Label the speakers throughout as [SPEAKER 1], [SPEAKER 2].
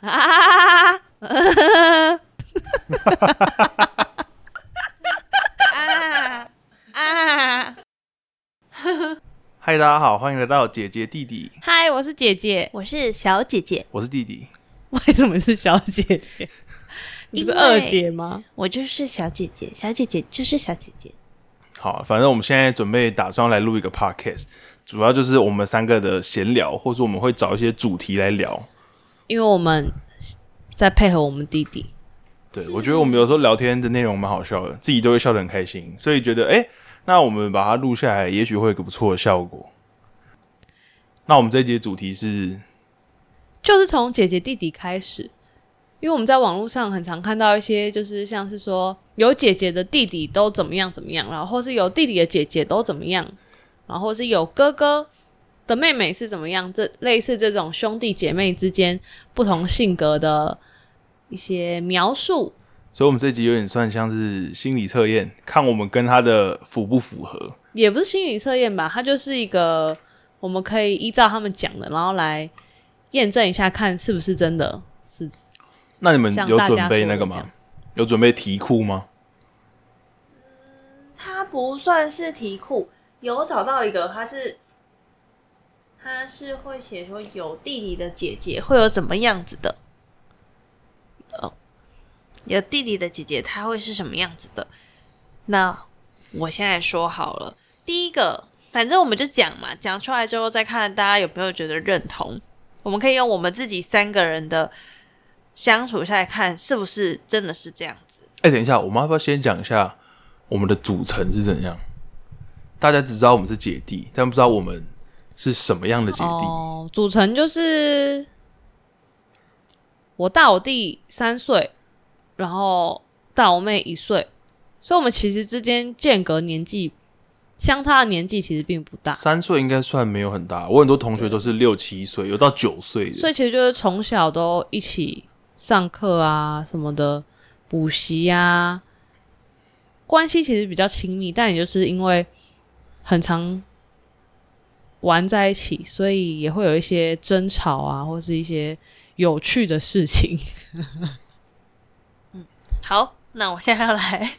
[SPEAKER 1] 啊！
[SPEAKER 2] 啊啊！
[SPEAKER 3] 嗨，大家好，欢迎来到姐姐弟弟，
[SPEAKER 1] 嗨，我是姐姐。
[SPEAKER 2] 我是小姐姐，
[SPEAKER 3] 我是弟弟。
[SPEAKER 1] 为什么是小姐姐？你不是
[SPEAKER 2] 因为
[SPEAKER 1] 二姐吗？
[SPEAKER 2] 我就是小姐姐，小姐姐就是小姐姐。
[SPEAKER 3] 好，反正我们现在准备打算来录一个 podcast，主要就是我们三个的闲聊，或者我们会找一些主题来聊。
[SPEAKER 1] 因为我们在配合我们弟弟。
[SPEAKER 3] 对，我觉得我们有时候聊天的内容蛮好笑的，自己都会笑得很开心，所以觉得哎、诶那我们把它录下来，也许会有个不错的效果。那我们这一节主题是
[SPEAKER 1] 就是从姐姐弟弟开始，因为我们在网络上很常看到一些，就是像是说有姐姐的弟弟都怎么样怎么样，然后或是有弟弟的姐姐都怎么样，然后或是有哥哥的妹妹是怎么样，这类似这种兄弟姐妹之间不同性格的一些描述。
[SPEAKER 3] 所以我们这集有点算像是心理测验，看我们跟他的符不符合。
[SPEAKER 1] 也不是心理测验吧，它就是一个我们可以依照他们讲的，然后来验证一下，看是不是真的是
[SPEAKER 3] 那你们
[SPEAKER 1] 像
[SPEAKER 3] 有
[SPEAKER 1] 大家
[SPEAKER 3] 准备
[SPEAKER 1] 说的
[SPEAKER 3] 那个
[SPEAKER 1] 这样
[SPEAKER 3] 吗？有准备题库吗？
[SPEAKER 2] 它不算是题库，有找到一个，它是它是会写说有弟弟的姐姐会有怎么样子的，哦，有弟弟的姐姐她会是什么样子的？那我现在说好了，第一个，反正我们就讲嘛，讲出来之后再看大家有没有觉得认同。我们可以用我们自己三个人的相处下来看，是不是真的是这样子？
[SPEAKER 3] 哎、等一下，我们要不要先讲一下我们的组成是怎样？大家只知道我们是姐弟，但不知道我们是什么样的姐弟。
[SPEAKER 1] 哦，组成就是我大我弟三岁，然后大我妹一岁，所以我们其实之间间隔年纪相差的年纪其实并不大，
[SPEAKER 3] 三岁应该算没有很大，我很多同学都是六七岁，有到九岁
[SPEAKER 1] 所
[SPEAKER 3] 的。
[SPEAKER 1] 以其实就是从小都一起上课啊什么的，补习啊，关系其实比较亲密，但也就是因为很常玩在一起，所以也会有一些争吵啊，或是一些有趣的事情。
[SPEAKER 2] 好，那我现在要来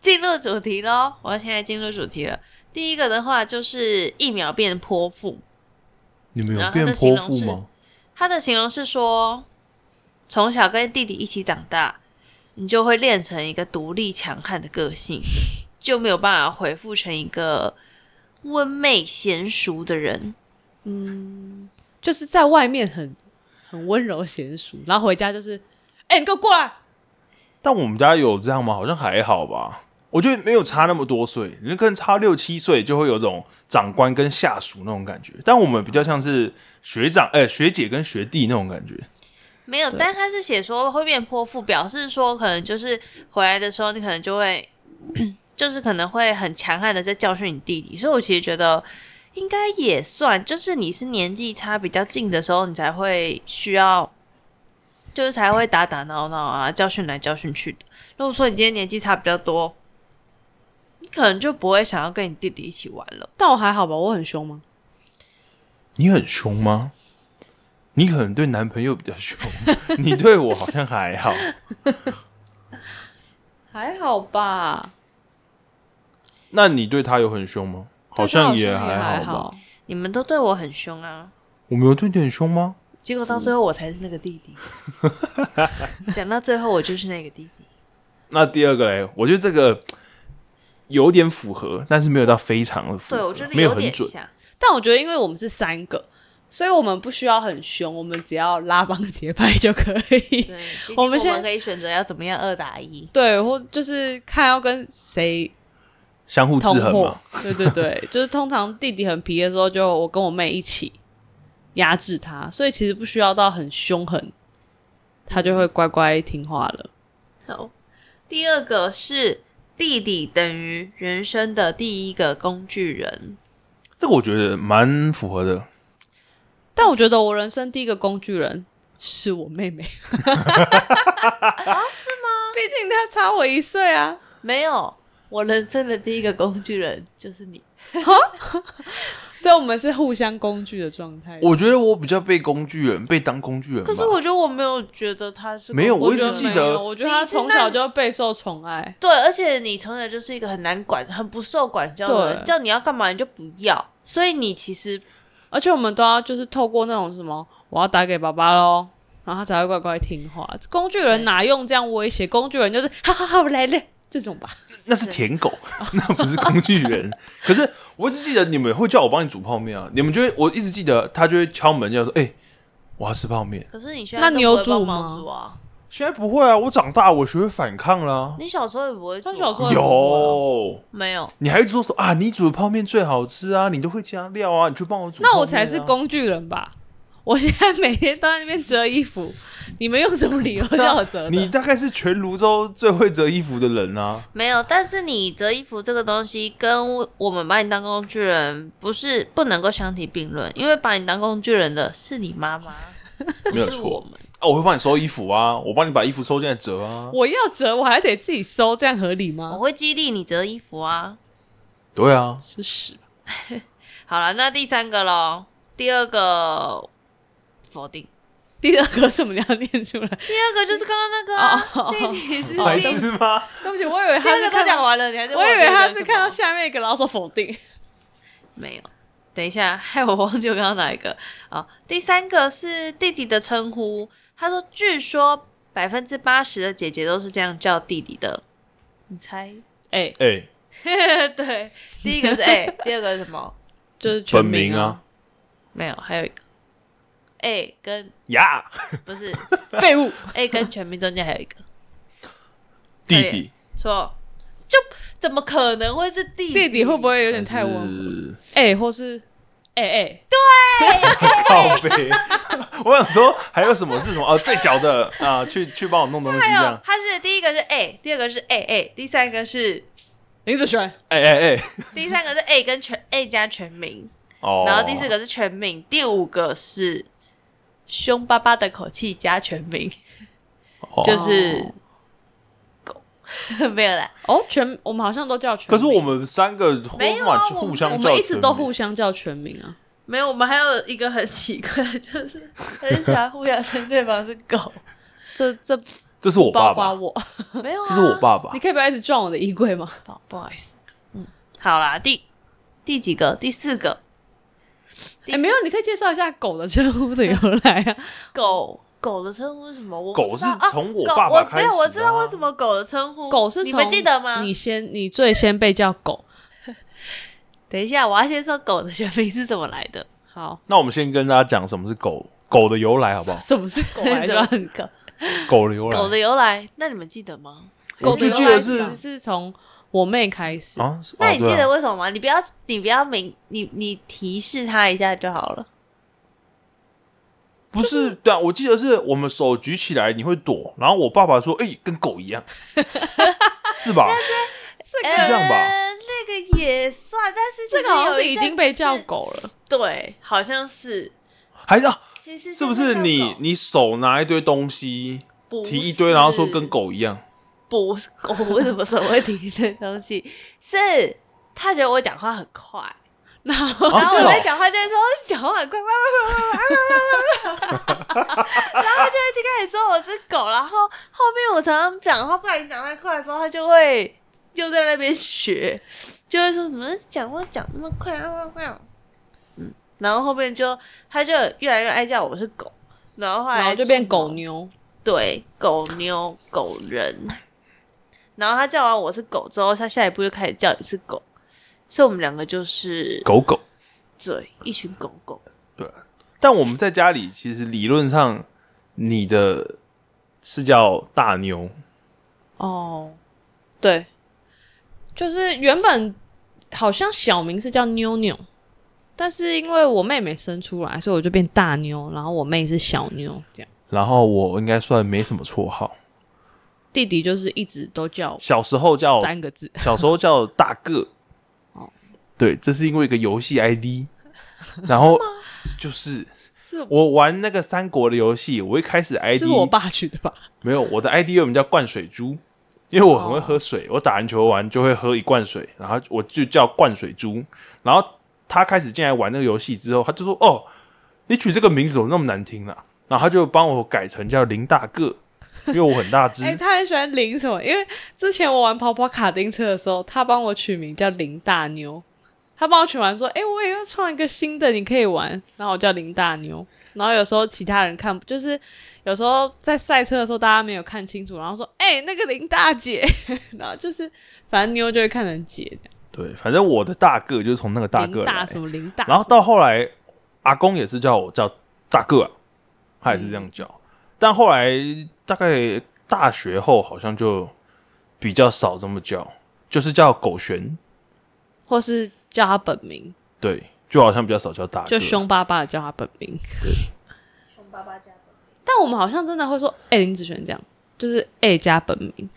[SPEAKER 2] 进入主题喽。 我要现在进入主题了。第一个的话就是一秒变泼妇，
[SPEAKER 3] 你们
[SPEAKER 2] 然
[SPEAKER 3] 有
[SPEAKER 2] 后他
[SPEAKER 3] 变
[SPEAKER 2] 的
[SPEAKER 3] 泼
[SPEAKER 2] 形
[SPEAKER 3] 妇
[SPEAKER 2] 容
[SPEAKER 3] 吗？
[SPEAKER 2] 它的形容是说，从小跟弟弟一起长大，你就会练成一个独立强悍的个 性，就没有办法回复成一个温媚娴熟的人。
[SPEAKER 1] 就是在外面很很温柔娴熟，然后回家就是，哎、你给我过来！
[SPEAKER 3] 但我们家有这样吗？好像还好吧。我觉得没有差那么多岁，你可能差六七岁就会有种长官跟下属那种感觉，但我们比较像是学长、哎、学姐跟学弟那种感觉。
[SPEAKER 2] 没有，但他是写说会变泼妇，表示说可能就是回来的时候，你可能就会，就是可能会很强悍的在教训你弟弟。所以我其实觉得应该也算，就是你是年纪差比较近的时候，你才会需要，就是才会打打闹闹啊，教训来教训去的。如果说你今天年纪差比较多，你可能就不会想要跟你弟弟一起玩了。
[SPEAKER 1] 但我还好吧，我很凶吗？
[SPEAKER 3] 你很凶吗？你可能对男朋友比较 凶，你对我好像还好。
[SPEAKER 1] 还好吧，
[SPEAKER 3] 那你对他有很凶吗？好像也还好吧。。
[SPEAKER 2] 你们都对我很凶啊，
[SPEAKER 3] 我没有对你很凶吗？
[SPEAKER 2] 结果
[SPEAKER 3] 嗯
[SPEAKER 2] 到最后我才是那 个弟弟。讲到最后，我就是那个弟弟。
[SPEAKER 3] 那第二个嘞，我觉得这个有点符合，但是没有到非常的符合，
[SPEAKER 2] 对，我觉得
[SPEAKER 3] 没有很
[SPEAKER 2] 点
[SPEAKER 3] 准。
[SPEAKER 2] 像。
[SPEAKER 1] 但我觉得，因为我们是三个，所以我们不需要很凶，我们只要拉帮结派就可以。
[SPEAKER 2] 对，毕竟
[SPEAKER 1] 我
[SPEAKER 2] 我
[SPEAKER 1] 们
[SPEAKER 2] 们
[SPEAKER 1] 现
[SPEAKER 2] 可以选择要怎么样二打 一。
[SPEAKER 1] 对，或就是看要跟谁
[SPEAKER 3] 相互制
[SPEAKER 1] 通
[SPEAKER 3] 衡
[SPEAKER 1] 货
[SPEAKER 3] 嘛。。
[SPEAKER 1] 对对对，就是通常弟弟很皮的时候，就我跟我妹一起压制他，所以其实不需要到很凶狠，他就会乖乖听话了。
[SPEAKER 2] 好，第二个是弟弟等于人生的第一个工具人。
[SPEAKER 3] 这个我觉得蛮符合的。
[SPEAKER 1] 但我觉得我人生第一个工具人是我妹 妹。啊，是吗？毕竟她差我一岁啊。
[SPEAKER 2] 没有，我人生的第一个工具人就是你。
[SPEAKER 1] 所以我们是互相工具的状态。
[SPEAKER 3] 我觉得我比较被工具人，被当工具人吧。
[SPEAKER 2] 可是我觉得我没有觉得他是
[SPEAKER 3] 没有
[SPEAKER 2] 我
[SPEAKER 3] 一直
[SPEAKER 1] 觉得
[SPEAKER 3] 记
[SPEAKER 1] 没
[SPEAKER 2] 欸
[SPEAKER 3] 得
[SPEAKER 1] 有我觉得他从小就备受宠爱。
[SPEAKER 2] 对，而且你从小就是一个很难管、很不受管教的人，
[SPEAKER 1] 对
[SPEAKER 2] 叫你要干嘛你就不要，所以你其实
[SPEAKER 1] 而且我们都要就是透过那种什么，我要打给爸爸喽，然后他才会乖乖听话。工具人哪用这样威胁？工具人就是好好好，我来了这种吧。
[SPEAKER 3] 那是舔狗， 那不是工具人。可是我一直记得你们会叫我帮你煮泡面啊，你们就会我一直记得他就会敲门叫说：“哎、我要吃泡面。
[SPEAKER 2] 可是你现在
[SPEAKER 1] 那
[SPEAKER 2] 都
[SPEAKER 1] 你
[SPEAKER 2] 不
[SPEAKER 1] 有
[SPEAKER 2] 会
[SPEAKER 1] 煮
[SPEAKER 2] 帮
[SPEAKER 1] 吗
[SPEAKER 2] 忙煮啊？”
[SPEAKER 3] 现在不会啊，我长大我学会反抗啦。
[SPEAKER 2] 你小时候也不会煮啊、
[SPEAKER 1] 他小时候也不会啊
[SPEAKER 3] 有，
[SPEAKER 2] 没有？
[SPEAKER 3] 你还一直说说啊，你煮的泡面最好吃啊，你都会加料啊，你去帮我煮、
[SPEAKER 1] 那我才是，工具人吧？我现在每天都在那边折衣服，你们用什么理由叫我折的？
[SPEAKER 3] 你大概是全泸州最会折衣服的人啊。
[SPEAKER 2] 没有，但是你折衣服这个东西跟我们把你当工具人不是不能够相提并论，因为把你当工具人的是你妈妈，
[SPEAKER 3] 没有
[SPEAKER 2] 是我
[SPEAKER 3] 错
[SPEAKER 2] 们。
[SPEAKER 3] 啊，我会帮你收衣服啊，我帮你把衣服收进来折啊。
[SPEAKER 1] 我要折，我还得自己收，这样合理
[SPEAKER 2] 我
[SPEAKER 1] 吗？
[SPEAKER 2] 会激励你折衣服啊。
[SPEAKER 3] 对啊，
[SPEAKER 1] 是屎吧。
[SPEAKER 2] 好了，那第三个喽，第二个否定，
[SPEAKER 1] 第二个什么你要念出来？
[SPEAKER 2] 第二个就是刚刚那个
[SPEAKER 1] 哦
[SPEAKER 2] 啊
[SPEAKER 1] 哦，
[SPEAKER 2] 弟弟是
[SPEAKER 3] 白
[SPEAKER 2] 第一
[SPEAKER 3] 痴吗？
[SPEAKER 1] 对不起，我以为
[SPEAKER 2] 第
[SPEAKER 1] 他
[SPEAKER 2] 二
[SPEAKER 1] 是
[SPEAKER 2] 个都
[SPEAKER 1] 看
[SPEAKER 2] 讲
[SPEAKER 1] 到，
[SPEAKER 2] 完了，你还在
[SPEAKER 1] 我
[SPEAKER 2] 问
[SPEAKER 1] 以为他
[SPEAKER 2] 第二
[SPEAKER 1] 是
[SPEAKER 2] 个
[SPEAKER 1] 看到
[SPEAKER 2] 什么
[SPEAKER 1] 下面一个，然后说否定。
[SPEAKER 2] 没有。等一下，害我忘记我刚刚哪一个啊、第三个是弟弟的称呼，他说：“据说百分之八十的姐姐都是这样叫弟弟的。”你猜？
[SPEAKER 1] 哎、
[SPEAKER 3] 哎、
[SPEAKER 2] 对，第一个是 哎、第二个是什么？
[SPEAKER 1] 就是全
[SPEAKER 3] 本名啊，
[SPEAKER 2] 没有，还有一个 A 哎跟
[SPEAKER 3] 呀，
[SPEAKER 2] 不 是
[SPEAKER 1] 啊， 废物。
[SPEAKER 2] A 跟全名中间还有一个
[SPEAKER 3] 弟
[SPEAKER 2] 对
[SPEAKER 3] 弟，
[SPEAKER 2] 错，就怎么可能会是弟
[SPEAKER 1] 弟弟会不
[SPEAKER 2] 会？
[SPEAKER 1] 会有点太温和？
[SPEAKER 3] 是
[SPEAKER 1] 哎、或是哎哎、
[SPEAKER 3] 靠背。 我想说，还有什么是什么？哦，最小的啊，去去帮我弄东西这
[SPEAKER 2] 还有
[SPEAKER 3] 样。
[SPEAKER 2] 他是第一个是 A，第二个是 A A，第三个是
[SPEAKER 1] 林子璇，
[SPEAKER 3] 哎哎哎，
[SPEAKER 2] 第三个是 A 跟全 A 加全名，
[SPEAKER 3] 哦，
[SPEAKER 2] 然后第四个是全名，第五个是凶巴巴的口气加全名，
[SPEAKER 3] 哦
[SPEAKER 2] 就是狗， 没有啦。
[SPEAKER 1] 哦，全我们好像都叫全
[SPEAKER 3] 可
[SPEAKER 1] 名，
[SPEAKER 3] 是我们三个互
[SPEAKER 2] 没有啊
[SPEAKER 3] 满
[SPEAKER 2] 我们
[SPEAKER 3] 互
[SPEAKER 1] 我
[SPEAKER 3] 相叫
[SPEAKER 1] 们一直都
[SPEAKER 3] 全名
[SPEAKER 1] 互相叫全名啊。
[SPEAKER 2] 没有，我们还有一个很奇怪，就是很喜欢互相称对方是 狗。
[SPEAKER 1] 这这
[SPEAKER 3] 这是我爸
[SPEAKER 1] 包括
[SPEAKER 3] 爸，
[SPEAKER 1] 我，
[SPEAKER 2] 没有、啊，
[SPEAKER 3] 这是我。爸爸
[SPEAKER 1] 你。可以不要一直撞我的衣柜吗？
[SPEAKER 2] 不不好意思，嗯，好啦，第第几个？第四个。
[SPEAKER 1] 哎、
[SPEAKER 2] 第四
[SPEAKER 1] 没有，你可以介绍一下狗的称呼的由来啊。
[SPEAKER 2] 狗狗的称呼是什么？我不
[SPEAKER 3] 狗
[SPEAKER 2] 知道
[SPEAKER 3] 是从我
[SPEAKER 2] 啊
[SPEAKER 3] 爸
[SPEAKER 2] 狗
[SPEAKER 3] 爸
[SPEAKER 2] 我
[SPEAKER 3] 开
[SPEAKER 2] 没有，我
[SPEAKER 3] 始
[SPEAKER 2] 知道
[SPEAKER 3] 啊
[SPEAKER 2] 为什么狗的称呼。
[SPEAKER 1] 狗是
[SPEAKER 2] 哦你
[SPEAKER 1] 从
[SPEAKER 2] 们记得吗？
[SPEAKER 1] 你先，你最先被叫狗。
[SPEAKER 2] 等一下，我要先说狗的学名是怎么来的。
[SPEAKER 1] 好，
[SPEAKER 3] 那我们先跟大家讲什么是狗狗的由来，好不好？
[SPEAKER 1] 什么是狗啊来
[SPEAKER 2] 什么
[SPEAKER 1] 着？
[SPEAKER 2] 是狗
[SPEAKER 3] 狗的由来哦
[SPEAKER 2] 狗的由来，那你们记得吗？
[SPEAKER 3] 我
[SPEAKER 1] 狗的
[SPEAKER 3] 就
[SPEAKER 1] 由
[SPEAKER 3] 记
[SPEAKER 1] 来
[SPEAKER 3] 得
[SPEAKER 1] 其
[SPEAKER 3] 是
[SPEAKER 1] 实是从我妹开始。
[SPEAKER 3] 啊，是
[SPEAKER 2] 那
[SPEAKER 3] 哦
[SPEAKER 2] 你
[SPEAKER 3] 对
[SPEAKER 2] 记
[SPEAKER 3] 啊
[SPEAKER 2] 得为什么吗？你不要，你不要明，你你提示他一下就好了。
[SPEAKER 3] 不是？对啊，我记得是我们手举起来你会躲，然后我爸爸说：“哎，跟狗一样，是吧？”
[SPEAKER 2] 这
[SPEAKER 3] 这样吧
[SPEAKER 2] 呃那个也算，但是其
[SPEAKER 1] 这
[SPEAKER 2] 实
[SPEAKER 1] 个好像
[SPEAKER 2] 有
[SPEAKER 1] 是
[SPEAKER 2] 一
[SPEAKER 1] 已
[SPEAKER 2] 阵
[SPEAKER 1] 经被
[SPEAKER 2] 子
[SPEAKER 1] 叫
[SPEAKER 2] 是。
[SPEAKER 1] 狗了，
[SPEAKER 2] 对，好像是。
[SPEAKER 3] 还是啊
[SPEAKER 2] 其实
[SPEAKER 3] 是
[SPEAKER 2] 现
[SPEAKER 3] 不
[SPEAKER 2] 在
[SPEAKER 3] 是
[SPEAKER 2] 叫
[SPEAKER 3] 你
[SPEAKER 2] 狗
[SPEAKER 3] 你手拿一堆东西，
[SPEAKER 2] 不
[SPEAKER 3] 提一堆，然后说
[SPEAKER 2] 是
[SPEAKER 3] 跟狗 一样？
[SPEAKER 2] 不是 狗为什么手会提这东西？ 是他觉得我讲话很快，
[SPEAKER 1] 然后
[SPEAKER 3] 啊
[SPEAKER 2] 然后
[SPEAKER 3] 是
[SPEAKER 2] 我
[SPEAKER 3] 哦
[SPEAKER 2] 在讲话就会说你讲话很快，然后他就会一开始说我是狗，然后后面我常常讲话不小心讲太快的时候，他就会又在那边学，就会说怎么讲话讲那么快啊快啊，嗯，然后后面就他就越来越爱叫我是狗，然后后来
[SPEAKER 1] 然后就变狗
[SPEAKER 2] 牛。
[SPEAKER 1] 牛。
[SPEAKER 2] 对，狗妞、狗人。然后他叫完我是狗之后，他下一步就开始叫你是狗，所以我们两个就是
[SPEAKER 3] 狗狗。
[SPEAKER 2] 对一群狗狗。
[SPEAKER 3] 但我们在家里其实理论上，你的是叫大妞，
[SPEAKER 1] 哦，对，就是原本好像小名是叫妞妞，但是因为我妹妹生出来，所以我就变大妞，然后我妹是小妞，这样
[SPEAKER 3] 然后我应该算没什么绰号。
[SPEAKER 1] 弟弟就是一直都叫
[SPEAKER 3] 小时候叫
[SPEAKER 1] 三个字，
[SPEAKER 3] 小时候叫大个，
[SPEAKER 1] 哦
[SPEAKER 3] 对，这是因为一个游戏 ID，然 后就是
[SPEAKER 1] 是
[SPEAKER 3] 我玩那个三国的游戏，我一开始 ID
[SPEAKER 1] 是我爸取的吧？
[SPEAKER 3] 没有我的 ID 原本叫灌水猪，因为我很会喝水，
[SPEAKER 1] 哦
[SPEAKER 3] 我打篮球完就会喝一罐水，然后我就叫灌水猪。然后他开始进来玩那个游戏之后，他就说：“哦，你取这个名字怎么那么难听啊？”然后他就帮我改成叫林大个，因为我很大 只。
[SPEAKER 1] 哎、他很喜欢林什么？因为之前我玩跑跑卡丁车的时候，他帮我取名叫林大妞。他帮我取完说：“哎、我也要创一个新的，你可以玩。”然后我叫林大妞。然后有时候其他人看，就是有时候在赛车的时候大家没有看清楚，然后说：“哎、那个林大姐。” 然后就是反正妞就会看成姐，
[SPEAKER 3] 对，反正我的大个就是从那个大个
[SPEAKER 1] 林大
[SPEAKER 3] 来。
[SPEAKER 1] 什么林大。
[SPEAKER 3] 然后到后来，阿公也是叫我叫大个、啊，他也是这
[SPEAKER 1] 嗯
[SPEAKER 3] 样叫。但后来大概大学后，好像就比较少这么叫，就是叫狗玄，
[SPEAKER 1] 或是叫他本名，
[SPEAKER 3] 对，就好像比较少叫大个。
[SPEAKER 1] 就凶巴巴的叫他本名。
[SPEAKER 2] 熊爸爸家的。
[SPEAKER 1] 但我们好像真的会说：“哎、林子璇这样，就是 A 加本名。”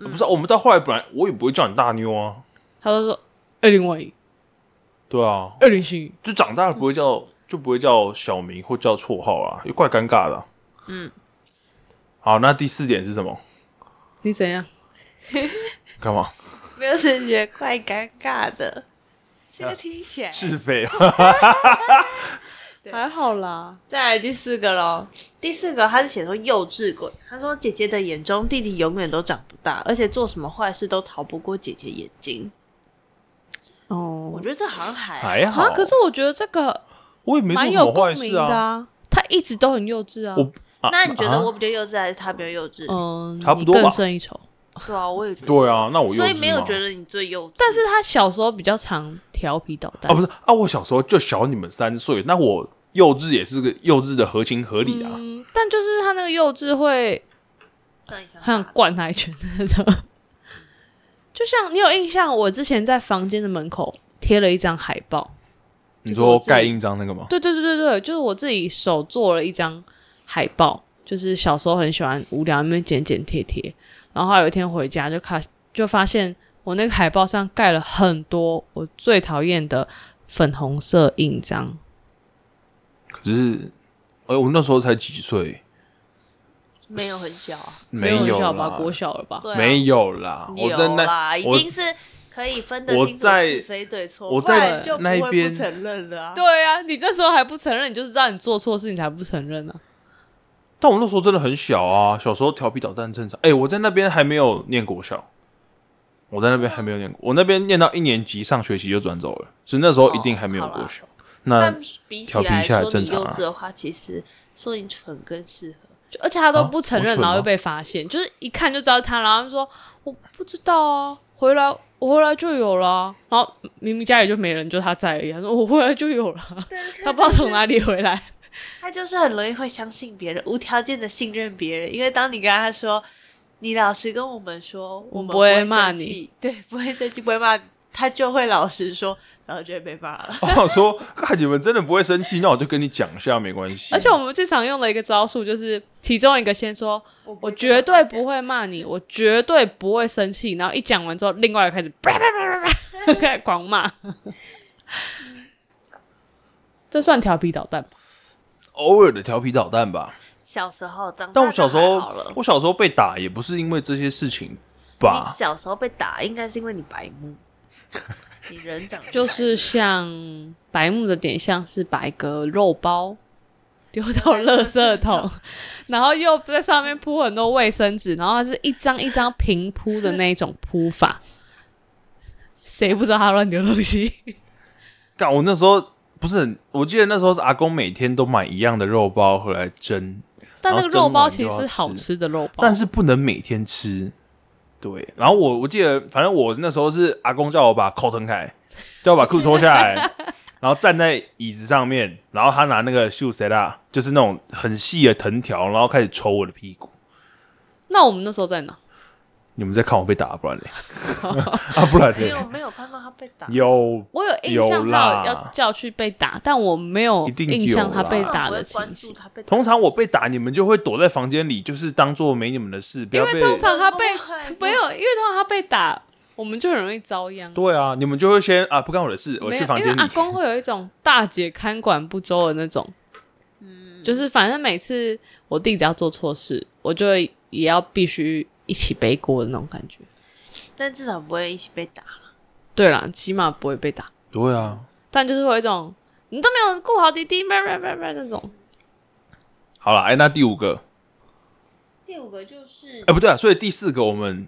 [SPEAKER 3] 啊不是啊、我们到后来本来我也不会叫你大妞啊，
[SPEAKER 1] 他就说：“哎、林婉仪，
[SPEAKER 3] 对啊，
[SPEAKER 1] 哎、林心怡。
[SPEAKER 3] 就长大了不会叫，就不会叫小名或叫绰号啦，也怪尴尬的、嗯，好，那第四点是什么？
[SPEAKER 1] 你怎样？
[SPEAKER 3] 干嘛？
[SPEAKER 2] 没有只是觉得怪尴尬的。这个听起来，
[SPEAKER 3] 是非啊？
[SPEAKER 2] 对
[SPEAKER 1] 还好啦，
[SPEAKER 2] 再来第四个喽。第四个他是写说幼稚鬼，他说姐姐的眼中弟弟永远都长不大，而且做什么坏事都逃不过姐姐眼睛。我
[SPEAKER 1] 哦，
[SPEAKER 2] 觉得这好像还
[SPEAKER 3] 还好
[SPEAKER 1] 啊，，可是我觉得这个
[SPEAKER 3] 我也没做
[SPEAKER 1] 蛮
[SPEAKER 3] 什
[SPEAKER 1] 有
[SPEAKER 3] 么
[SPEAKER 1] 共
[SPEAKER 3] 坏事
[SPEAKER 1] 鸣的
[SPEAKER 3] 啊。
[SPEAKER 1] 啊，他一直都很幼稚啊。
[SPEAKER 3] 我啊
[SPEAKER 2] 那你觉得
[SPEAKER 3] 啊
[SPEAKER 2] 我比较幼稚，还是他比较幼稚？
[SPEAKER 1] 嗯，
[SPEAKER 3] 差不多吧
[SPEAKER 1] 你更胜一筹。
[SPEAKER 2] 对啊，我也觉得。
[SPEAKER 3] 对啊，那我幼
[SPEAKER 2] 所
[SPEAKER 3] 稚
[SPEAKER 2] 以没有
[SPEAKER 3] 吗
[SPEAKER 2] 觉得你最幼稚，
[SPEAKER 1] 但是他小时候比较常调皮捣蛋
[SPEAKER 3] 啊，不是啊，我小时候就小你们三岁，那我幼稚也是个幼稚的合情合理啊。
[SPEAKER 1] 嗯，但就是他那个幼稚会
[SPEAKER 2] 那你想
[SPEAKER 1] 很想
[SPEAKER 2] 法
[SPEAKER 1] 灌他一拳的那种。就像你有印象，我之前在房间的门口贴了一张海报，
[SPEAKER 3] 你
[SPEAKER 1] 就是我
[SPEAKER 3] 说
[SPEAKER 1] 自己
[SPEAKER 3] 盖印章那个吗？
[SPEAKER 1] 对对对对对，就是我自己手做了一张海报，就是小时候很喜欢无聊那边剪剪贴贴，然后有一天回家就看就发现我那个海报上盖了很多我最讨厌的粉红色印章，
[SPEAKER 3] 可是，哎、我那时候才几岁，
[SPEAKER 2] 没有很小啊，
[SPEAKER 1] 没
[SPEAKER 3] 有
[SPEAKER 1] 很小吧，
[SPEAKER 3] 啦
[SPEAKER 1] 国小了吧？
[SPEAKER 2] 对啊
[SPEAKER 3] 没有啦，我在
[SPEAKER 2] 啊有
[SPEAKER 3] 那
[SPEAKER 2] 啦，已
[SPEAKER 3] 我
[SPEAKER 2] 经是可以分得
[SPEAKER 3] 我
[SPEAKER 2] 清楚
[SPEAKER 3] 在
[SPEAKER 2] 是非对错，
[SPEAKER 3] 我
[SPEAKER 2] 不
[SPEAKER 3] 在
[SPEAKER 2] 然就不
[SPEAKER 3] 那一
[SPEAKER 2] 会
[SPEAKER 3] 边
[SPEAKER 2] 不承认了啊。
[SPEAKER 1] 对啊，你那时候还不承认，你就知道你做错事，你才不承认啊。
[SPEAKER 3] 但我那时候真的很小啊，小时候调皮捣蛋正常。哎、我在那边还没有念国小，我在那边还没有念过，我那边念到一年级上学期就转走了，所以那时候一定还没有
[SPEAKER 2] 哦好啦
[SPEAKER 3] 国小。那
[SPEAKER 2] 但比起
[SPEAKER 3] 调皮
[SPEAKER 2] 来
[SPEAKER 3] 一下
[SPEAKER 2] 说
[SPEAKER 3] 正
[SPEAKER 2] 你
[SPEAKER 3] 常
[SPEAKER 2] 幼
[SPEAKER 3] 啊
[SPEAKER 2] 稚的话，其实说你蠢更适合。
[SPEAKER 1] 就而且他都
[SPEAKER 3] 啊
[SPEAKER 1] 不承认，
[SPEAKER 3] 我蠢吗
[SPEAKER 1] 然后又被发现，就是一看就知道是他，然后他就说我不知道啊，回来我回来就有了啊、然后明明家里就没人，就他在而已，他说我回来就有了啊，他不知道从哪里回来，
[SPEAKER 2] 他就是很容易会相信别人， 无条件的信任别人，因为当你跟他说，你老实跟我们说，我们
[SPEAKER 1] 不会
[SPEAKER 2] 生
[SPEAKER 1] 骂
[SPEAKER 2] 气
[SPEAKER 1] 你，
[SPEAKER 2] 对，不会生气，不会骂，他就会老实说，然后就会被骂了。
[SPEAKER 3] 我想说， 看你们真的不会生气，那我就跟你讲一下，没关系。
[SPEAKER 1] 而且我们最常用的一个招数就是其中一个先说我绝对不会骂你，我绝对不会生气，然后一讲完之后，另外一个开始叭叭叭 叭叭开始狂骂，这算调皮捣蛋吧？
[SPEAKER 3] 偶尔的调皮捣蛋吧。
[SPEAKER 2] 小时候，长大
[SPEAKER 3] 但我小时
[SPEAKER 2] 就还好
[SPEAKER 3] 候
[SPEAKER 2] 了，，
[SPEAKER 3] 我小时候被打也不是因为这些事情
[SPEAKER 2] 你
[SPEAKER 3] 吧？
[SPEAKER 2] 小时候被打，应该是因为你白 目，你人长得
[SPEAKER 1] 就是像白木的点，像是把一个肉包丢到垃圾 桶，然后又在上面铺很多卫生纸，然后它是一张一张平铺的那一种铺法。谁不知道他乱丢东西？
[SPEAKER 3] 干，我那时候不是很，我记得那时候是阿公每天都买一样的肉包回来蒸，
[SPEAKER 1] 但那个肉包其实
[SPEAKER 3] 然后
[SPEAKER 1] 是
[SPEAKER 3] 蒸完就要吃
[SPEAKER 1] 好吃的肉
[SPEAKER 2] 哦
[SPEAKER 1] 包，
[SPEAKER 3] 但是不能每天吃。对，然后我我记得，反正我那时候是阿公叫我把扣腾 开，叫我把裤子脱下来，然后站在椅子上面，然后他拿那个袖塞啦，就是那种很细的藤条，然后开始抽我的屁股。
[SPEAKER 1] 那我们那时候在哪？
[SPEAKER 3] 你们在看我被打，不 然嘞，啊，不然
[SPEAKER 2] 没
[SPEAKER 3] 嘞，
[SPEAKER 2] 有没有看到他被打，哦
[SPEAKER 3] 有
[SPEAKER 1] 我有印象
[SPEAKER 3] 有
[SPEAKER 1] 他
[SPEAKER 3] 啦
[SPEAKER 1] 有要叫去被打，但我没有
[SPEAKER 3] 一定有
[SPEAKER 1] 印象他被
[SPEAKER 2] 那我
[SPEAKER 1] 打的
[SPEAKER 2] 会关
[SPEAKER 1] 情形。
[SPEAKER 2] 注他被打。
[SPEAKER 3] 通常我被打，你们就会躲在房间里，就是当做没你们的事，不
[SPEAKER 1] 因
[SPEAKER 3] 要
[SPEAKER 1] 为
[SPEAKER 3] 被。
[SPEAKER 1] 通常他被
[SPEAKER 2] 不会
[SPEAKER 1] 没有，因为通常他被打，我们就很容易遭殃。
[SPEAKER 3] 对啊，你们就会先啊，不干我的事，我
[SPEAKER 1] 没
[SPEAKER 3] 去
[SPEAKER 1] 有，
[SPEAKER 3] 房
[SPEAKER 1] 因
[SPEAKER 3] 间
[SPEAKER 1] 为
[SPEAKER 3] 里
[SPEAKER 1] 阿。公会有一种大姐看管不周的那种，嗯，就是反正每次我弟只要做错事，我就会也要必须一起背锅的那种感觉。
[SPEAKER 2] 但至少不会一起被打。
[SPEAKER 1] 对啦，起码不会被打，
[SPEAKER 3] 对啊，
[SPEAKER 1] 但就是会有一种你都没有顾好弟弟，叭叭叭叭那种。
[SPEAKER 3] 好了，哎，那第五个，
[SPEAKER 2] 第五个就是
[SPEAKER 3] 哎，不对啊，所以第四个我们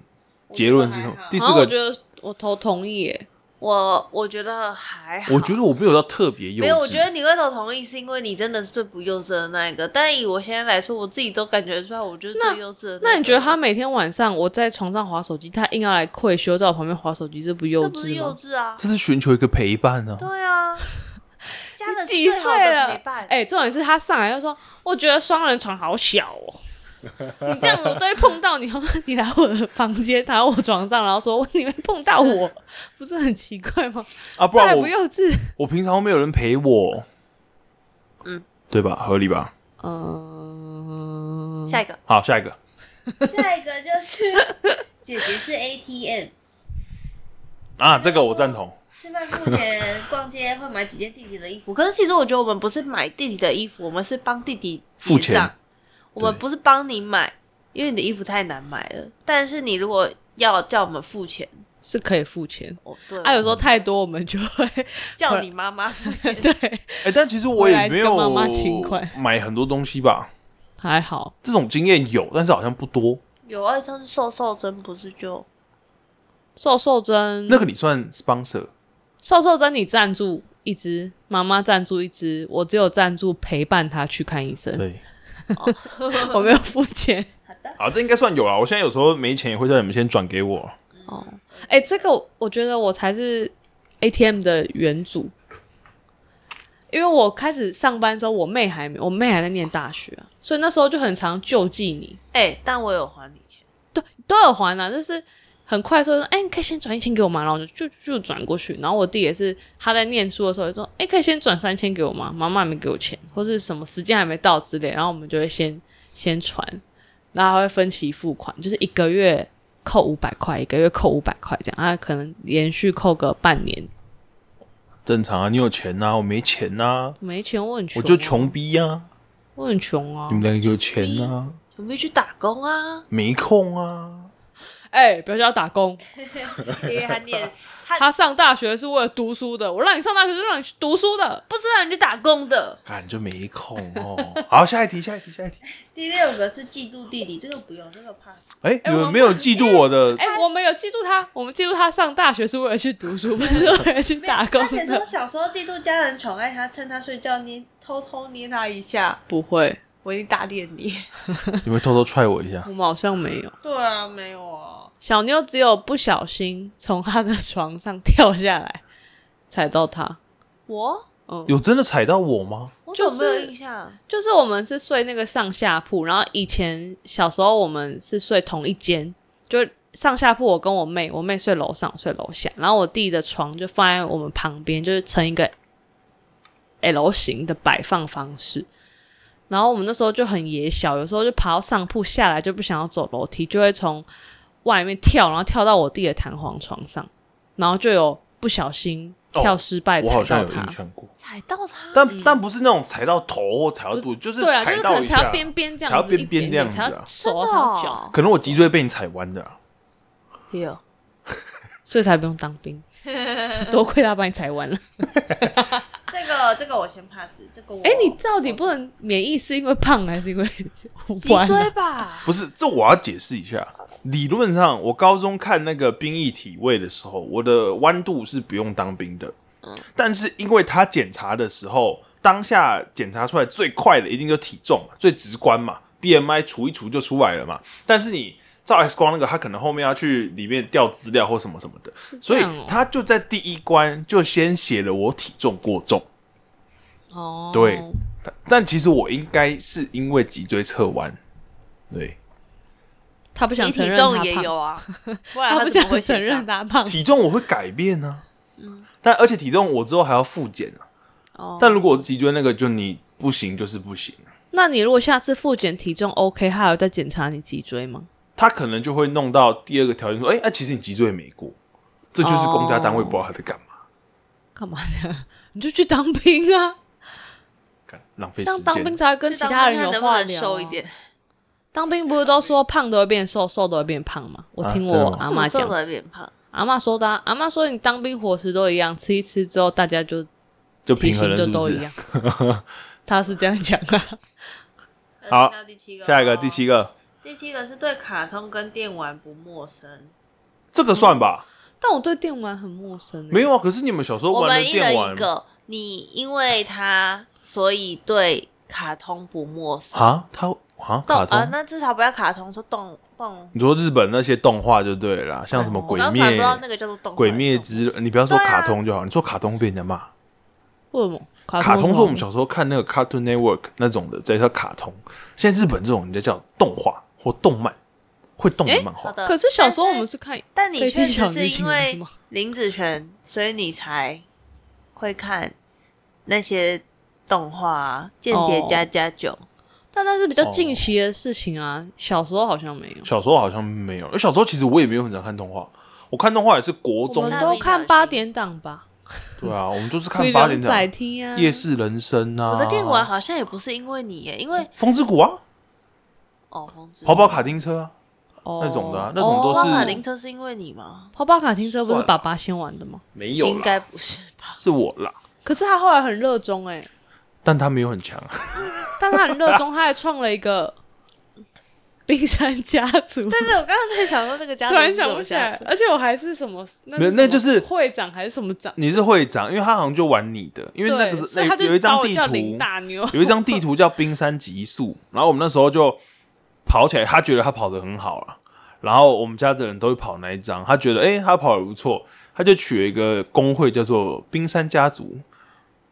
[SPEAKER 3] 结论是什么？第四
[SPEAKER 1] 然后我
[SPEAKER 3] 个
[SPEAKER 1] 觉得我投同意耶，
[SPEAKER 2] 我，我觉得还好。
[SPEAKER 3] 我觉得我没有到特别幼稚，
[SPEAKER 2] 没有，我觉得你为什么同意，是因为你真的是最不幼稚的那一个。但以我现在来说，我自己都感觉出来，我就是最幼稚的个
[SPEAKER 1] 那你觉得他每天晚上我在床上划手机，他硬要来愧羞，在我旁边划手机，这不幼
[SPEAKER 2] 这不是
[SPEAKER 1] 稚
[SPEAKER 2] 幼
[SPEAKER 1] 吗？
[SPEAKER 2] 稚啊？
[SPEAKER 3] 这是寻求一个陪伴呢。
[SPEAKER 2] 对啊，家人是
[SPEAKER 1] 几
[SPEAKER 2] 最好
[SPEAKER 1] 岁
[SPEAKER 2] 的
[SPEAKER 1] 了
[SPEAKER 2] 陪？伴。
[SPEAKER 1] 哎、重点是他上来就说：“我觉得双人床好小哦。” 你这样子我都会碰到你。 然后你来我的房间，躺在我床上，然后说 你会碰到我，不是很奇怪吗？
[SPEAKER 3] 啊，不
[SPEAKER 1] 这还
[SPEAKER 3] 然
[SPEAKER 1] 不
[SPEAKER 3] 我
[SPEAKER 1] 幼稚？
[SPEAKER 3] 我平常没有人陪我，
[SPEAKER 2] 嗯，
[SPEAKER 3] 对吧？合理吧？
[SPEAKER 1] 嗯、
[SPEAKER 2] 下一个，
[SPEAKER 3] 好，下一个，
[SPEAKER 2] 下一个就是 姐姐是 ATM，
[SPEAKER 3] 啊，这个我赞同。
[SPEAKER 2] 吃饭付钱，逛街会买几件弟弟的衣服。可是其实我觉得我们不是买弟弟的衣服，我们是帮弟弟
[SPEAKER 3] 付
[SPEAKER 2] 结
[SPEAKER 3] 钱
[SPEAKER 2] 账。我们
[SPEAKER 3] 对
[SPEAKER 2] 不是帮你买，因为你的衣服太难买了。但是你如果要叫我们付钱，
[SPEAKER 1] 是可以付钱。
[SPEAKER 2] 哦，对，
[SPEAKER 1] 啊，有时候太多，我们就会
[SPEAKER 2] 叫你妈妈 付钱。
[SPEAKER 1] 对
[SPEAKER 3] 哎、但其实我
[SPEAKER 1] 回来
[SPEAKER 3] 也没有
[SPEAKER 1] 跟妈妈请款
[SPEAKER 3] 买很多东西吧，
[SPEAKER 1] 还好。
[SPEAKER 3] 这种经验有，但是好像不多。
[SPEAKER 2] 有啊，上次瘦瘦针不是就
[SPEAKER 1] 瘦瘦针，
[SPEAKER 3] 那个你算 sponsor，
[SPEAKER 1] 瘦瘦针，你赞助一支，妈妈赞助一支，我只有赞助陪伴他去看医生，
[SPEAKER 3] 对，
[SPEAKER 1] 我没有付钱。
[SPEAKER 3] 好，这应该算有啊。我现在有时候没钱也会叫你们先转给我。
[SPEAKER 1] 哦，哎、这个我我觉得我才是 ATM 的元祖，因为我开始上班之后，我妹还没，我妹还在念大学啊，所以那时候就很常救济你，
[SPEAKER 2] 哎、但我有还你钱。
[SPEAKER 1] 对，都有还啊，就是很快速地说，哎、你可以先转一千给我吗？然后我就就就转过去，然后我弟也是，他在念书的时候就说，哎、可以先转三千给我吗？妈妈还没给我钱，或是什么时间还没到之类，然后我们就会先先传，然后还会分期付款，就是一个月扣五百块，一个月扣五百块这样，他可能连续扣个半年，
[SPEAKER 3] 正常啊，你有钱呐、我没钱呐、
[SPEAKER 1] 没钱我很穷、啊
[SPEAKER 3] 我就穷，嗯逼呀、
[SPEAKER 1] 我很穷啊
[SPEAKER 3] 你，们两个有钱呐、
[SPEAKER 2] 准备去打工啊！
[SPEAKER 3] 没空啊。
[SPEAKER 1] 哎、不要叫他打工，
[SPEAKER 2] 因为他念，他
[SPEAKER 1] 他上大学是为了读书的，我让你上大学是让你去读书的。
[SPEAKER 2] 不知道你去打工的。
[SPEAKER 3] 感就没空哦。 好，下一题，下一题，下一题。
[SPEAKER 2] 第六个是嫉妒弟弟，这个不用，这个 pass。
[SPEAKER 3] 哎、
[SPEAKER 1] 哎
[SPEAKER 3] 你
[SPEAKER 1] 我
[SPEAKER 3] 们
[SPEAKER 1] 们
[SPEAKER 3] 没有嫉妒我的？
[SPEAKER 1] 哎、我们有记住他，我们记住他上大学是为了去读书，不是为了去打工
[SPEAKER 2] 而且说
[SPEAKER 1] 的。
[SPEAKER 2] 小时候嫉妒家人宠爱他，趁他睡觉捏偷偷捏他一下，
[SPEAKER 1] 不会，
[SPEAKER 2] 我一定打脸你。
[SPEAKER 1] 哎
[SPEAKER 3] 你们偷偷踹我一下
[SPEAKER 1] 我。们好像没有。
[SPEAKER 2] 对啊，没有啊，
[SPEAKER 1] 小妞只有不小心从他的床上 跳下来，踩到他。
[SPEAKER 2] 我
[SPEAKER 1] 嗯，
[SPEAKER 3] 有真的踩到我吗？
[SPEAKER 2] 我
[SPEAKER 1] 就
[SPEAKER 2] 怎么没有
[SPEAKER 1] 是
[SPEAKER 2] 印象？
[SPEAKER 1] 就是我们是睡那个上下铺，然后以前小时候我们是睡同一间，就上下铺我跟我妹，我妹睡楼上，我睡楼下，然后我弟的床就放在我们旁边，就是成一个 L 型的摆放方式。然后我们那时候就很野小，有时候就爬到上铺下来就不想要走楼梯，就会从外面跳，然后跳到我弟的弹簧床上，然后就有不小心跳失败
[SPEAKER 3] 哦我
[SPEAKER 1] 踩
[SPEAKER 3] 好像
[SPEAKER 1] 到
[SPEAKER 3] 有
[SPEAKER 1] 他。
[SPEAKER 3] 印象过，
[SPEAKER 2] 踩到他，
[SPEAKER 3] 但、但不是那种踩到头或踩到肚，就是
[SPEAKER 1] 对啊，就
[SPEAKER 3] 踩
[SPEAKER 1] 是可
[SPEAKER 3] 到
[SPEAKER 1] 能
[SPEAKER 3] 一
[SPEAKER 1] 踩
[SPEAKER 3] 下
[SPEAKER 1] 到。边边这
[SPEAKER 3] 踩
[SPEAKER 1] 样
[SPEAKER 3] 到
[SPEAKER 1] 子一
[SPEAKER 3] 边
[SPEAKER 1] 点
[SPEAKER 3] 边
[SPEAKER 1] 点，
[SPEAKER 3] 这样子
[SPEAKER 1] 踩
[SPEAKER 3] 啊
[SPEAKER 1] 到手
[SPEAKER 2] 真的
[SPEAKER 1] 踩到
[SPEAKER 2] 哦
[SPEAKER 1] 脚，
[SPEAKER 3] 可能我脊椎被你踩弯的啊、
[SPEAKER 2] 有
[SPEAKER 1] 所以才不用当 兵。多亏他把你踩完了。
[SPEAKER 2] 这个这个我先 pass，这个我
[SPEAKER 1] 哎、你到底不能免疫是因为胖还是因为
[SPEAKER 2] 脊
[SPEAKER 1] 弯啊、
[SPEAKER 2] 椎吧？
[SPEAKER 3] 不是，这我要解释一下。理论上，我高中看那个兵役体位的时候，我的弯度是不用当兵的。但是因为他检查的时候，当下检查出来最快的一定就体重嘛，最直观嘛，BMI 除一除就出来了嘛。但是你照 X 光那个，他可能后面要去里面调资料或什么什么的，所
[SPEAKER 1] 这
[SPEAKER 3] 以
[SPEAKER 1] 样哦
[SPEAKER 3] 他就在第一关就先写了我体重过重。
[SPEAKER 1] 哦，
[SPEAKER 3] 对但但其实我应该是因为脊椎侧弯，对，
[SPEAKER 1] 他不想
[SPEAKER 2] 你
[SPEAKER 1] 承
[SPEAKER 2] 体
[SPEAKER 1] 认他
[SPEAKER 2] 重也
[SPEAKER 1] 胖，
[SPEAKER 2] 有啊，不然
[SPEAKER 1] 他
[SPEAKER 2] 他
[SPEAKER 1] 不
[SPEAKER 2] 怎么会
[SPEAKER 1] 想承
[SPEAKER 2] 写
[SPEAKER 1] 认
[SPEAKER 2] 上？
[SPEAKER 1] 他胖。
[SPEAKER 3] 体重我会改变呢、
[SPEAKER 2] 嗯
[SPEAKER 3] 但而且体重我之后还要复检啊。
[SPEAKER 2] 哦
[SPEAKER 3] 但如果我脊椎那个，就你不行就是不行，啊
[SPEAKER 1] 那你如果下次复检体重 OK，他还有再检查你脊椎吗？
[SPEAKER 3] 他可能就会弄到第二个条件说，哎、哎、其实你脊椎没过，这就是公家单位不知道他在干嘛，
[SPEAKER 2] 哦
[SPEAKER 1] 干嘛的？ 你就去当兵啊！
[SPEAKER 3] 干浪费
[SPEAKER 1] 这样
[SPEAKER 3] 时
[SPEAKER 1] 当兵
[SPEAKER 3] 间。
[SPEAKER 1] 才会跟
[SPEAKER 2] 就
[SPEAKER 1] 其
[SPEAKER 2] 当
[SPEAKER 1] 他
[SPEAKER 2] 看
[SPEAKER 1] 人
[SPEAKER 2] 看
[SPEAKER 1] 有
[SPEAKER 2] 能不
[SPEAKER 1] 话
[SPEAKER 2] 能
[SPEAKER 1] 聊、啊
[SPEAKER 2] 瘦一点？
[SPEAKER 1] 当兵不是都说胖的会变瘦，瘦的会变胖吗？我
[SPEAKER 3] 啊
[SPEAKER 1] 听
[SPEAKER 3] 真的
[SPEAKER 1] 我
[SPEAKER 3] 吗
[SPEAKER 1] 阿妈
[SPEAKER 2] 怎
[SPEAKER 1] 讲
[SPEAKER 2] 么瘦，的变胖，
[SPEAKER 1] 阿妈说的啊、阿妈说你当兵伙食都一样，吃一吃之后大家就
[SPEAKER 3] 就
[SPEAKER 1] 体
[SPEAKER 3] 平衡
[SPEAKER 1] 型
[SPEAKER 3] 了，
[SPEAKER 1] 就是
[SPEAKER 3] 不
[SPEAKER 1] 都一
[SPEAKER 3] 是？
[SPEAKER 1] 样。他是这样讲的、
[SPEAKER 3] 好
[SPEAKER 2] 到第七 个，
[SPEAKER 3] 下一个第七，个，
[SPEAKER 2] 第七个是对卡通跟电玩不陌生。
[SPEAKER 3] 这个算吧？
[SPEAKER 1] 但我对电玩很陌生、欸。
[SPEAKER 3] 没有啊，可是你们小时候
[SPEAKER 2] 嗯我
[SPEAKER 3] 玩的
[SPEAKER 2] 们一
[SPEAKER 3] 电
[SPEAKER 2] 人
[SPEAKER 3] 玩
[SPEAKER 2] 一个，你因为他，所以对卡通不陌生。
[SPEAKER 3] 啊，它啊
[SPEAKER 2] 动
[SPEAKER 3] 卡
[SPEAKER 2] 啊，
[SPEAKER 3] 通，
[SPEAKER 2] 那至少不要卡通，说动动。
[SPEAKER 3] 你说日本那些动画就对了啦，像什么
[SPEAKER 1] 哦
[SPEAKER 2] 嗯我
[SPEAKER 3] 鬼
[SPEAKER 2] 刚才不
[SPEAKER 3] 灭
[SPEAKER 2] 知、道那个叫做动。
[SPEAKER 3] 鬼灭
[SPEAKER 2] 动
[SPEAKER 3] 之，你不要说
[SPEAKER 2] 对啊
[SPEAKER 3] 卡通就好，你说卡通被人家骂。
[SPEAKER 1] 为什么？卡
[SPEAKER 3] 卡通
[SPEAKER 1] 通
[SPEAKER 3] 是我们小时候看那个 Cartoon Network 那种的，这叫卡通。现在日本这种人家叫动画或动漫，会动的漫画
[SPEAKER 2] 好。的，
[SPEAKER 1] 可是小时候我们
[SPEAKER 2] 但是，
[SPEAKER 1] 是看
[SPEAKER 2] 但你
[SPEAKER 1] 飞
[SPEAKER 2] 确
[SPEAKER 1] 天小
[SPEAKER 2] 实
[SPEAKER 1] 女
[SPEAKER 2] 是
[SPEAKER 1] 警
[SPEAKER 2] 因
[SPEAKER 1] 不是
[SPEAKER 2] 为
[SPEAKER 1] 吗
[SPEAKER 2] 林子璇，所以你才会看那些动画、啊《间谍
[SPEAKER 1] 哦
[SPEAKER 2] 加加九》
[SPEAKER 1] 但那是比较近期的事情啊，
[SPEAKER 3] 哦
[SPEAKER 1] 小时候好像没有。
[SPEAKER 3] 小时候好像没有，因为小时候其实我也没有很常看动画，我看动画也是国
[SPEAKER 1] 我
[SPEAKER 3] 中
[SPEAKER 1] 们
[SPEAKER 2] 大。
[SPEAKER 1] 都
[SPEAKER 2] 兵小
[SPEAKER 1] 看
[SPEAKER 2] 新
[SPEAKER 1] 八点档吧，
[SPEAKER 3] 对啊，我们都是
[SPEAKER 1] 鬼
[SPEAKER 3] 看八点
[SPEAKER 1] 龙仔
[SPEAKER 3] 档、
[SPEAKER 1] 听啊，
[SPEAKER 3] 夜市人生啊。
[SPEAKER 2] 我的电玩好像也不是因为你耶，因为
[SPEAKER 3] 风之谷啊，
[SPEAKER 2] 哦，风之
[SPEAKER 3] 跑跑卡丁车啊，
[SPEAKER 1] 哦
[SPEAKER 3] 那种的啊那种都
[SPEAKER 2] 跑
[SPEAKER 3] 是
[SPEAKER 2] 跑卡丁车是因为你吗？
[SPEAKER 1] 跑跑卡丁车不
[SPEAKER 3] 算
[SPEAKER 1] 是
[SPEAKER 3] 了
[SPEAKER 1] 爸爸先玩的吗？
[SPEAKER 3] 没有
[SPEAKER 2] 应
[SPEAKER 3] 啦，
[SPEAKER 2] 该不是 吧？
[SPEAKER 3] 是我啦，
[SPEAKER 1] 可是他后来很热衷哎、
[SPEAKER 3] 但他没有很强。啊
[SPEAKER 1] 但他很热衷，他还创了一个冰山家族。
[SPEAKER 2] 但是我刚刚在想说那个家
[SPEAKER 1] 突然想不起来，而且我还是什么，那
[SPEAKER 3] 没有
[SPEAKER 1] 什
[SPEAKER 3] 那
[SPEAKER 1] 么
[SPEAKER 3] 就是
[SPEAKER 1] 会长还是什么长，
[SPEAKER 3] 你是会长，因为他好像就玩你的，因为那
[SPEAKER 1] 对，
[SPEAKER 3] 个是
[SPEAKER 1] 所以他
[SPEAKER 3] 那
[SPEAKER 1] 就
[SPEAKER 3] 有一
[SPEAKER 1] 把
[SPEAKER 3] 张
[SPEAKER 1] 我
[SPEAKER 3] 地
[SPEAKER 1] 叫
[SPEAKER 3] 图
[SPEAKER 1] 林，大妞，
[SPEAKER 3] 有一张地图叫冰山极速，然后我们那时候就跑起来，他觉得他跑得很好了，然后我们家的人都会跑那一张，他觉得诶，他跑得不错，他就取了一个工会叫做冰山家族，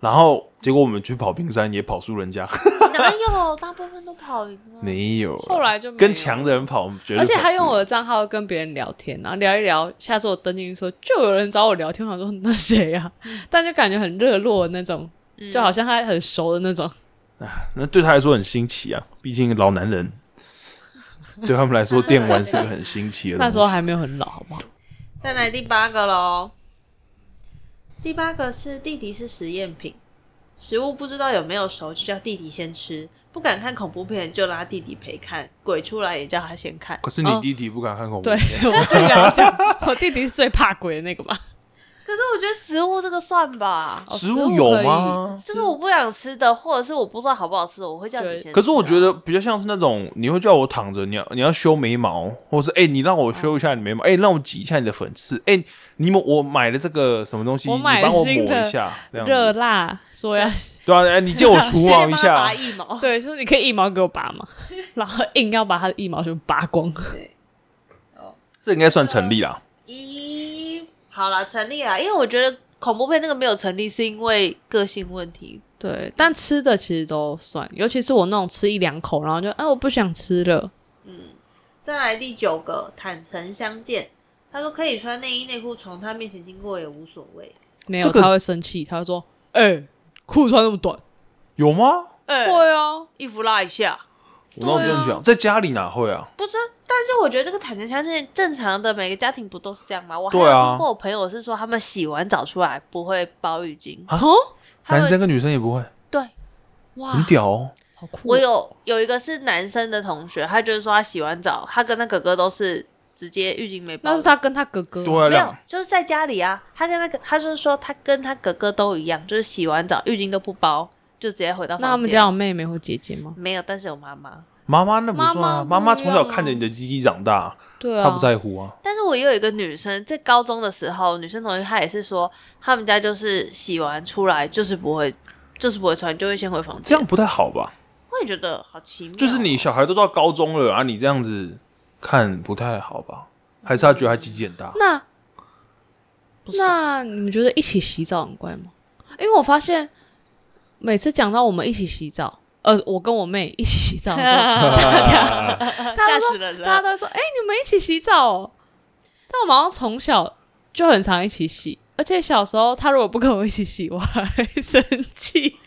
[SPEAKER 3] 然后结果我们去跑冰山也跑输人家，
[SPEAKER 2] 哪有？大部分都跑赢啊。
[SPEAKER 3] 没有啦，
[SPEAKER 1] 后来就没有
[SPEAKER 3] 跟强的人跑，我们觉 得
[SPEAKER 1] 而且他
[SPEAKER 3] 还
[SPEAKER 1] 用我的账号跟别人聊天，然后聊一聊，下次我登进去说就有人找我聊天，我想说那谁呀、但就感觉很热络的那种，就好像他很熟的那种。
[SPEAKER 3] 那对他来说很新奇啊，毕竟老男人。对他们来说，电玩是个很新奇的东 西。
[SPEAKER 1] 那时候还没有很老，好不好？
[SPEAKER 2] 再来第八个喽。第八个是弟弟是实验品，食物不知道有没有熟就叫弟弟先吃，不敢看恐怖片就拉弟弟陪看，鬼出来也叫他先看。
[SPEAKER 3] 可是你弟弟不敢看恐怖
[SPEAKER 1] 对
[SPEAKER 3] 片，，
[SPEAKER 1] 我自己要讲， 我弟弟是最怕鬼的那个 吧？
[SPEAKER 2] 可是我觉得食物这个算吧，
[SPEAKER 1] 哦
[SPEAKER 3] 食物有吗
[SPEAKER 1] 食物可以
[SPEAKER 2] 就是我不想吃的，或者是我不知道好不好吃的，我会叫你先吃啊、
[SPEAKER 3] 可是我觉得比较像是那种，你会叫我躺着，你要你要修眉毛，或是哎、你让我修一下你眉毛，哎、让我挤一下你的粉刺，哎、你们我买了这个什么东西，
[SPEAKER 1] 我买
[SPEAKER 3] 你帮我抹
[SPEAKER 1] 新的
[SPEAKER 3] 一下，这样
[SPEAKER 1] 热
[SPEAKER 3] 子
[SPEAKER 1] 辣说 要
[SPEAKER 3] 对啊，哎、你借我除 毛
[SPEAKER 2] 先帮
[SPEAKER 3] 一
[SPEAKER 2] 他拔
[SPEAKER 3] 下，
[SPEAKER 2] 一毛。
[SPEAKER 1] 对，说你可以一毛给我拔嘛，然后硬要把他的一毛全部拔光。
[SPEAKER 3] 这应该算成立啦。
[SPEAKER 2] 咦，好了，成立了，因为我觉得恐怖片那个没有成立，是因为个性问题。
[SPEAKER 1] 对，但吃的其实都算，尤其是我那种吃一两口，然后就哎、我不想吃了。
[SPEAKER 2] 再来第九个，坦诚相见。他说可以穿内衣内裤从他面前经过也无所谓。
[SPEAKER 1] 没有，
[SPEAKER 3] 这个
[SPEAKER 1] 他会生气，他会说：“哎、裤穿那么短。
[SPEAKER 3] 有吗？
[SPEAKER 2] 哎
[SPEAKER 1] 会啊，
[SPEAKER 2] 衣服拉一下，
[SPEAKER 3] 我那我
[SPEAKER 1] 对啊
[SPEAKER 3] 真的讲，在家里哪会啊？
[SPEAKER 2] 不是？但是我觉得这个坦诚相见，正常的每个家庭不都是这样吗？我还
[SPEAKER 3] 对啊
[SPEAKER 2] 有听过我朋友是说，他们洗完澡出来不会包浴巾。
[SPEAKER 3] 啊
[SPEAKER 1] 哦，
[SPEAKER 2] 他们
[SPEAKER 3] 男生跟女生也不会，
[SPEAKER 2] 对
[SPEAKER 1] 哇
[SPEAKER 3] 很，屌哦。
[SPEAKER 1] 好酷
[SPEAKER 2] 我
[SPEAKER 1] 哦！
[SPEAKER 2] 有有一个是男生的同学，他就是说他洗完澡，他跟他哥哥都是直接浴巾没包
[SPEAKER 1] 那
[SPEAKER 2] 的。
[SPEAKER 1] 是他跟他哥哥，
[SPEAKER 3] 对啊，
[SPEAKER 2] 没有
[SPEAKER 3] 两，
[SPEAKER 2] 就是在家里啊。他跟那个，他就是说他跟他哥哥都一样，就是洗完澡浴巾都不包，就直接回到房间。
[SPEAKER 1] 那他们家有妹妹或姐姐吗？
[SPEAKER 2] 没有，但是有妈妈。
[SPEAKER 3] 妈妈那不算
[SPEAKER 1] 妈妈
[SPEAKER 3] 啊，
[SPEAKER 1] 不
[SPEAKER 3] 妈妈从小
[SPEAKER 1] 一样啊
[SPEAKER 3] 看着你的鸡鸡长大，
[SPEAKER 1] 对啊，
[SPEAKER 3] 她不在乎啊。
[SPEAKER 2] 但是我也有一个女生，在高中的时候，女生同学她也是说，他们家就是洗完出来就是不会，就是不会穿，就会先回房
[SPEAKER 3] 这
[SPEAKER 2] 间。
[SPEAKER 3] 样不太好吧？
[SPEAKER 2] 我也觉得好奇妙。哦
[SPEAKER 3] 就是你小孩都到高中了啊，你这样子看不太好吧？还是他觉得他鸡鸡很大？
[SPEAKER 1] 那
[SPEAKER 2] 不是
[SPEAKER 1] 那你们觉得一起洗澡很怪吗？因为我发现每次讲到我们一起洗澡，呃，我跟我妹一起洗澡的时候，
[SPEAKER 2] 吓死人
[SPEAKER 1] 大家
[SPEAKER 2] 了。
[SPEAKER 1] 都会说：“哎、你们一起洗澡、哦。”但我们好像从小就很常一起洗，而且小时候他如果不跟我一起洗，我还会生气。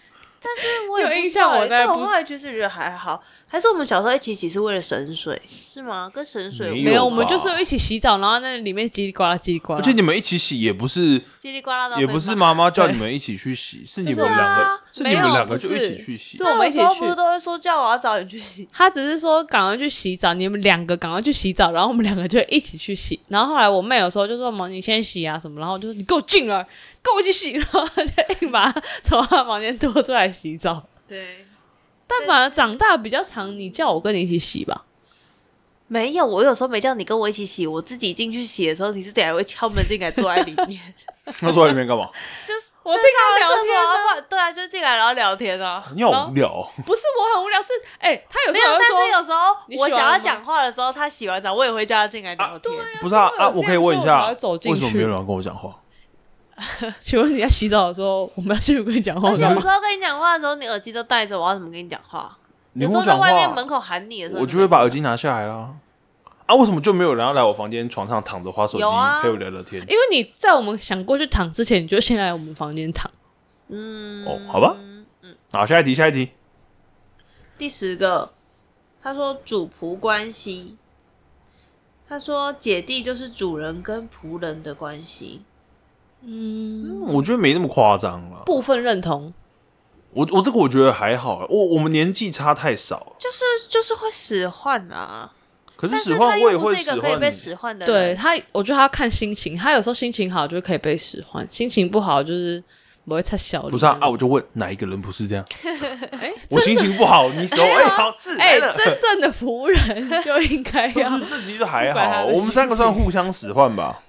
[SPEAKER 2] 但是我也
[SPEAKER 1] 有
[SPEAKER 2] 不
[SPEAKER 1] 印
[SPEAKER 2] 知
[SPEAKER 1] 象
[SPEAKER 2] 道
[SPEAKER 1] 我
[SPEAKER 2] 欸
[SPEAKER 1] 在
[SPEAKER 2] 但我
[SPEAKER 1] 不
[SPEAKER 2] 后来就是觉得还好，还是我们小时候一起洗是为了省水，嗯是吗？跟省水
[SPEAKER 3] 没
[SPEAKER 1] 没有，
[SPEAKER 3] 有
[SPEAKER 1] 我们
[SPEAKER 3] 吧
[SPEAKER 1] 就是一起洗澡，然后那里面叽里呱啦叽里呱啦
[SPEAKER 3] 而且。你们一起洗也不是，
[SPEAKER 2] 叽里呱啦到
[SPEAKER 3] 也
[SPEAKER 2] 被
[SPEAKER 3] 不是
[SPEAKER 2] 骂
[SPEAKER 3] 妈妈叫你们一起去洗，是你们
[SPEAKER 2] 是
[SPEAKER 3] 两
[SPEAKER 2] 啊
[SPEAKER 3] 个，是你们两个就
[SPEAKER 1] 没有
[SPEAKER 3] 一
[SPEAKER 1] 不是
[SPEAKER 3] 起去洗
[SPEAKER 1] 是。我们一起
[SPEAKER 2] 那有时候不
[SPEAKER 1] 去
[SPEAKER 2] 是都会说叫我要早点去洗，
[SPEAKER 1] 他只是说赶快去洗澡，你们两个赶快去洗澡，然后我们两个就一起去洗。然后后来我妹有时候就说什么你先洗啊什么，然后我就说你给我进来，跟我一起洗， 然后她就硬把她从她房间拖出来洗澡。
[SPEAKER 2] 对，
[SPEAKER 1] 但反而长大比较长，你叫我跟你一起洗吧。
[SPEAKER 2] 没有，我有时候没叫你跟我一起洗，我自己进去洗的时候，你是得还会敲门进来坐在里面，
[SPEAKER 3] 那坐在里面干嘛？
[SPEAKER 2] 就是
[SPEAKER 1] 我自己跟他聊天啊
[SPEAKER 2] 啊，对啊，就进来然后聊天啊。
[SPEAKER 3] 你好无聊哦。
[SPEAKER 1] 不是我很无聊，是哎、她有
[SPEAKER 2] 没
[SPEAKER 1] 时
[SPEAKER 2] 有
[SPEAKER 1] 候，会
[SPEAKER 2] 但是
[SPEAKER 1] 说，
[SPEAKER 2] 有时候
[SPEAKER 1] 你洗
[SPEAKER 2] 我
[SPEAKER 1] 完
[SPEAKER 2] 想
[SPEAKER 1] 了
[SPEAKER 2] 要
[SPEAKER 1] 吗
[SPEAKER 2] 讲话的时候，他洗完澡，我也会叫他进来聊天。
[SPEAKER 3] 不是啊
[SPEAKER 1] 如果有
[SPEAKER 3] 啊，
[SPEAKER 1] 这样
[SPEAKER 3] 我可以问一
[SPEAKER 1] 说我才
[SPEAKER 3] 下
[SPEAKER 1] 会走，进
[SPEAKER 3] 为什么
[SPEAKER 1] 去
[SPEAKER 3] 没有人要跟我讲话？
[SPEAKER 1] 请问你在洗澡的时候，我们要继续跟哦你讲话
[SPEAKER 2] 而且
[SPEAKER 1] 吗
[SPEAKER 2] 有？时候跟你讲话的时候，你耳机都戴着，我要怎么跟你讲话？
[SPEAKER 3] 你
[SPEAKER 2] 有
[SPEAKER 3] 跟
[SPEAKER 2] 时候
[SPEAKER 3] 我
[SPEAKER 2] 在
[SPEAKER 3] 讲
[SPEAKER 2] 外面门
[SPEAKER 3] 话，
[SPEAKER 2] 口喊你的时候，
[SPEAKER 3] 我就会哦把耳机拿下来啦。啊，为什么就没有人要来我房间床上躺着划手机
[SPEAKER 2] 有啊
[SPEAKER 3] 陪我聊聊天？
[SPEAKER 1] 因为你在我们想过去躺之前，你就先来我们房间躺。
[SPEAKER 2] 嗯
[SPEAKER 3] 哦好吧好，啊下一题，下一题。
[SPEAKER 2] 第十个，他说主仆关系，他说姐弟就是主人跟仆人的关系，
[SPEAKER 1] 嗯，
[SPEAKER 3] 我觉得没那么夸张啊了。
[SPEAKER 1] 部分认同。
[SPEAKER 3] 我我这个我觉得还好，我我们年纪差太少，
[SPEAKER 2] 就是就是会使唤啊。
[SPEAKER 3] 可是
[SPEAKER 2] 但
[SPEAKER 3] 使
[SPEAKER 2] 是
[SPEAKER 3] 唤
[SPEAKER 2] 他
[SPEAKER 3] 我也
[SPEAKER 2] 又不
[SPEAKER 3] 会
[SPEAKER 2] 是一
[SPEAKER 3] 使
[SPEAKER 2] 个可以
[SPEAKER 3] 唤
[SPEAKER 2] 被
[SPEAKER 3] 你。
[SPEAKER 2] 使唤的
[SPEAKER 1] 对
[SPEAKER 2] 人，
[SPEAKER 1] 他，我觉得他看心情，他有时候心情好就可以被使唤，心情不好就是不会太小。
[SPEAKER 3] 不是啊啊，我就问哪一个人不是这样？
[SPEAKER 1] 哎、
[SPEAKER 3] 我心情不好， 你手哎好是
[SPEAKER 1] 哎、
[SPEAKER 3] 来了。
[SPEAKER 1] 真正的仆人就应该
[SPEAKER 3] 不
[SPEAKER 1] 要
[SPEAKER 3] 是这 集就还
[SPEAKER 1] 不管
[SPEAKER 3] 好，
[SPEAKER 1] 他的
[SPEAKER 3] 我们三个算互相使唤吧。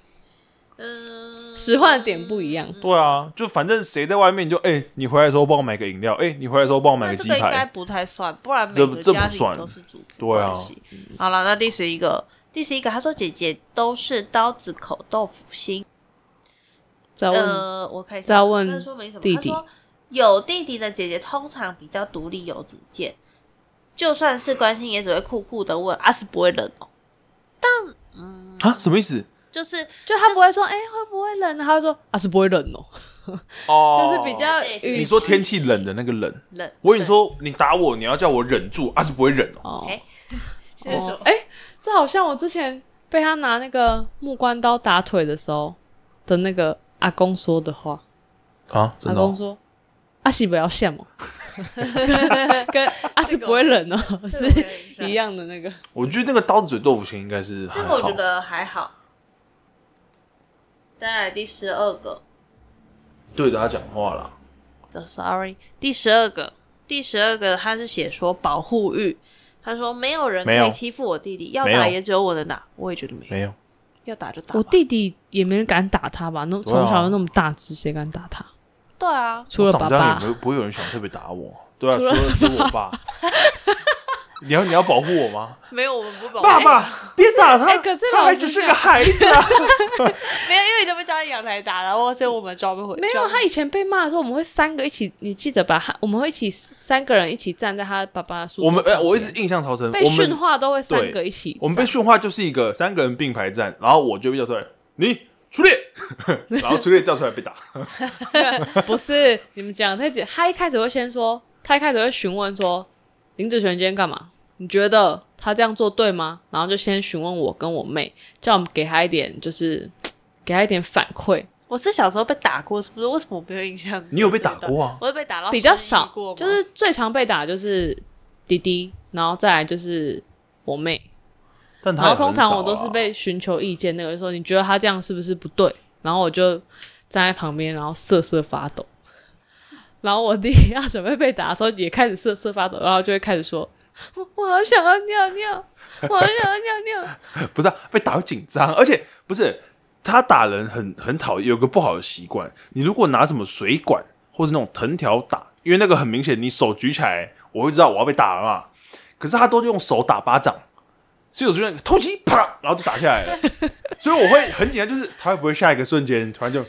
[SPEAKER 2] 嗯，
[SPEAKER 1] 使唤的点不一样。
[SPEAKER 3] 对啊，就反正谁在外面就哎、你回来的时候帮我买个饮料，哎、你回来的时候帮我买
[SPEAKER 2] 那
[SPEAKER 3] 个
[SPEAKER 2] 这
[SPEAKER 3] 鸡
[SPEAKER 2] 个应该
[SPEAKER 3] 排。
[SPEAKER 2] 不太算，不然每
[SPEAKER 3] 这
[SPEAKER 2] 个
[SPEAKER 3] 这不
[SPEAKER 2] 家庭
[SPEAKER 3] 算
[SPEAKER 2] 都是主仆
[SPEAKER 3] 对啊
[SPEAKER 2] 关系。好了，那第十一个，第十一个，他说姐姐都是刀子口豆腐心。
[SPEAKER 1] 再问、
[SPEAKER 2] 呃，我看一下，
[SPEAKER 1] 再问
[SPEAKER 2] 他说没什么，
[SPEAKER 1] 弟弟
[SPEAKER 2] 他说有弟弟的姐姐通常比较独立有主见，就算是关心也只会酷酷的问，啊是不会冷哦，
[SPEAKER 3] 啊，什么意思？
[SPEAKER 2] 就是
[SPEAKER 1] 就他不会说哎、会不会冷啊，他会说啊是不会冷哦、
[SPEAKER 3] 哦，
[SPEAKER 1] 就是比较
[SPEAKER 2] 对
[SPEAKER 1] 语
[SPEAKER 3] 你
[SPEAKER 1] 气
[SPEAKER 3] 说天气冷的那个冷，
[SPEAKER 2] 冷。
[SPEAKER 3] 我跟你说，你打我，你要叫我忍住，啊是不会忍
[SPEAKER 1] 哦
[SPEAKER 3] 哦。
[SPEAKER 2] 哎对，就是
[SPEAKER 1] 哦
[SPEAKER 2] 说
[SPEAKER 1] 哎、这好像我之前被他拿那个木关刀打腿的时候的那个阿公说的话。
[SPEAKER 3] 啊，
[SPEAKER 1] 阿
[SPEAKER 3] 真的哦、
[SPEAKER 1] 公说：“阿喜不要羡 慕，跟跟阿喜不会冷哦、
[SPEAKER 2] 这个我有
[SPEAKER 1] 是
[SPEAKER 2] 印象
[SPEAKER 1] 一样的那个。
[SPEAKER 3] 我觉得那个刀子嘴豆腐心应该是还
[SPEAKER 2] 这
[SPEAKER 3] 好。
[SPEAKER 2] 个我觉得还好。再来第十二个，
[SPEAKER 3] 对着他讲话啦。
[SPEAKER 2] 的 sorry，第十二个，第十二个他是写说保护欲，他说没有人可
[SPEAKER 3] 没有
[SPEAKER 2] 以欺负我弟弟，要
[SPEAKER 3] 没有
[SPEAKER 2] 打也只有我能打，我也觉得没有，
[SPEAKER 3] 没有，
[SPEAKER 2] 要打就打吧。
[SPEAKER 1] 我弟弟也没人敢打他吧？那
[SPEAKER 3] 对啊
[SPEAKER 1] 从小就那么大只，谁敢打他？
[SPEAKER 2] 对啊，
[SPEAKER 1] 除了
[SPEAKER 3] 我
[SPEAKER 1] 爸
[SPEAKER 3] 长这样也
[SPEAKER 1] 爸
[SPEAKER 3] 没，有不会有人想特别打我。对啊，除
[SPEAKER 1] 除了
[SPEAKER 3] 了除了我爸。 你要你要保护我吗？
[SPEAKER 2] 没有我们不保护
[SPEAKER 3] 爸，爸，别打他，
[SPEAKER 1] 哎可是
[SPEAKER 3] 他
[SPEAKER 1] 老
[SPEAKER 3] 还
[SPEAKER 1] 实
[SPEAKER 3] 只是
[SPEAKER 1] 讲
[SPEAKER 3] 个孩子啊。
[SPEAKER 2] 没有，因为你都被叫到阳台打，然后所以我们抓不回。
[SPEAKER 1] 没有。啊
[SPEAKER 2] 抓不
[SPEAKER 1] 他以前被骂的时候，我们会三个一起，你记得吧？他我们会一起三个人一起站在他爸爸的书
[SPEAKER 3] 我
[SPEAKER 1] 桌
[SPEAKER 3] 们
[SPEAKER 1] 旁
[SPEAKER 3] 哎，
[SPEAKER 1] 边。
[SPEAKER 3] 我一直印象超深。
[SPEAKER 1] 被
[SPEAKER 3] 我
[SPEAKER 1] 训
[SPEAKER 3] 们
[SPEAKER 1] 话都会
[SPEAKER 3] 对
[SPEAKER 1] 三个一起。
[SPEAKER 3] 我们被训话就是一个三个人并排站，然后我就被叫出来，你出列， 然后出列叫出来 被打。
[SPEAKER 1] 不是你们讲太简，他一开始会先说，他一开始会询问说林子璇今天干嘛？你觉得他这样做对吗？然后就先询问我跟我妹，叫我们给他一点就是嘖给他一点反馈，
[SPEAKER 2] 我是小时候被打过，是不是？为什么我没有印象？
[SPEAKER 3] 你有被打过啊？
[SPEAKER 2] 我会被打到
[SPEAKER 1] 比较
[SPEAKER 2] 失忆
[SPEAKER 1] 少
[SPEAKER 2] 哦过吗，
[SPEAKER 1] 就是最常被打就是滴滴，然后再来就是我妹，
[SPEAKER 3] 但他
[SPEAKER 1] 然后
[SPEAKER 3] 也
[SPEAKER 1] 通
[SPEAKER 3] 很
[SPEAKER 1] 常
[SPEAKER 3] 少
[SPEAKER 1] 我都是
[SPEAKER 3] 啊
[SPEAKER 1] 被寻求意见，那个就说你觉得他这样是不是不对？然后我就站在旁边，然后瑟瑟发抖。然后我弟 要准备被打的时候，也开始瑟瑟发抖，然后就会开始说：“我我好想要尿尿，我好想要尿尿。
[SPEAKER 3] 不是、啊、被打会紧张，而且不是他打人很很讨厌，有个不好的习惯，你如果拿什么水管或是那种藤条打，因为那个很明显，你手举起来，我会知道我要被打了嘛。可是他都用手打巴掌，所以有时候就偷袭啪，然后就打下来了。所以我会很紧张，就是他会不会下一个瞬间突然就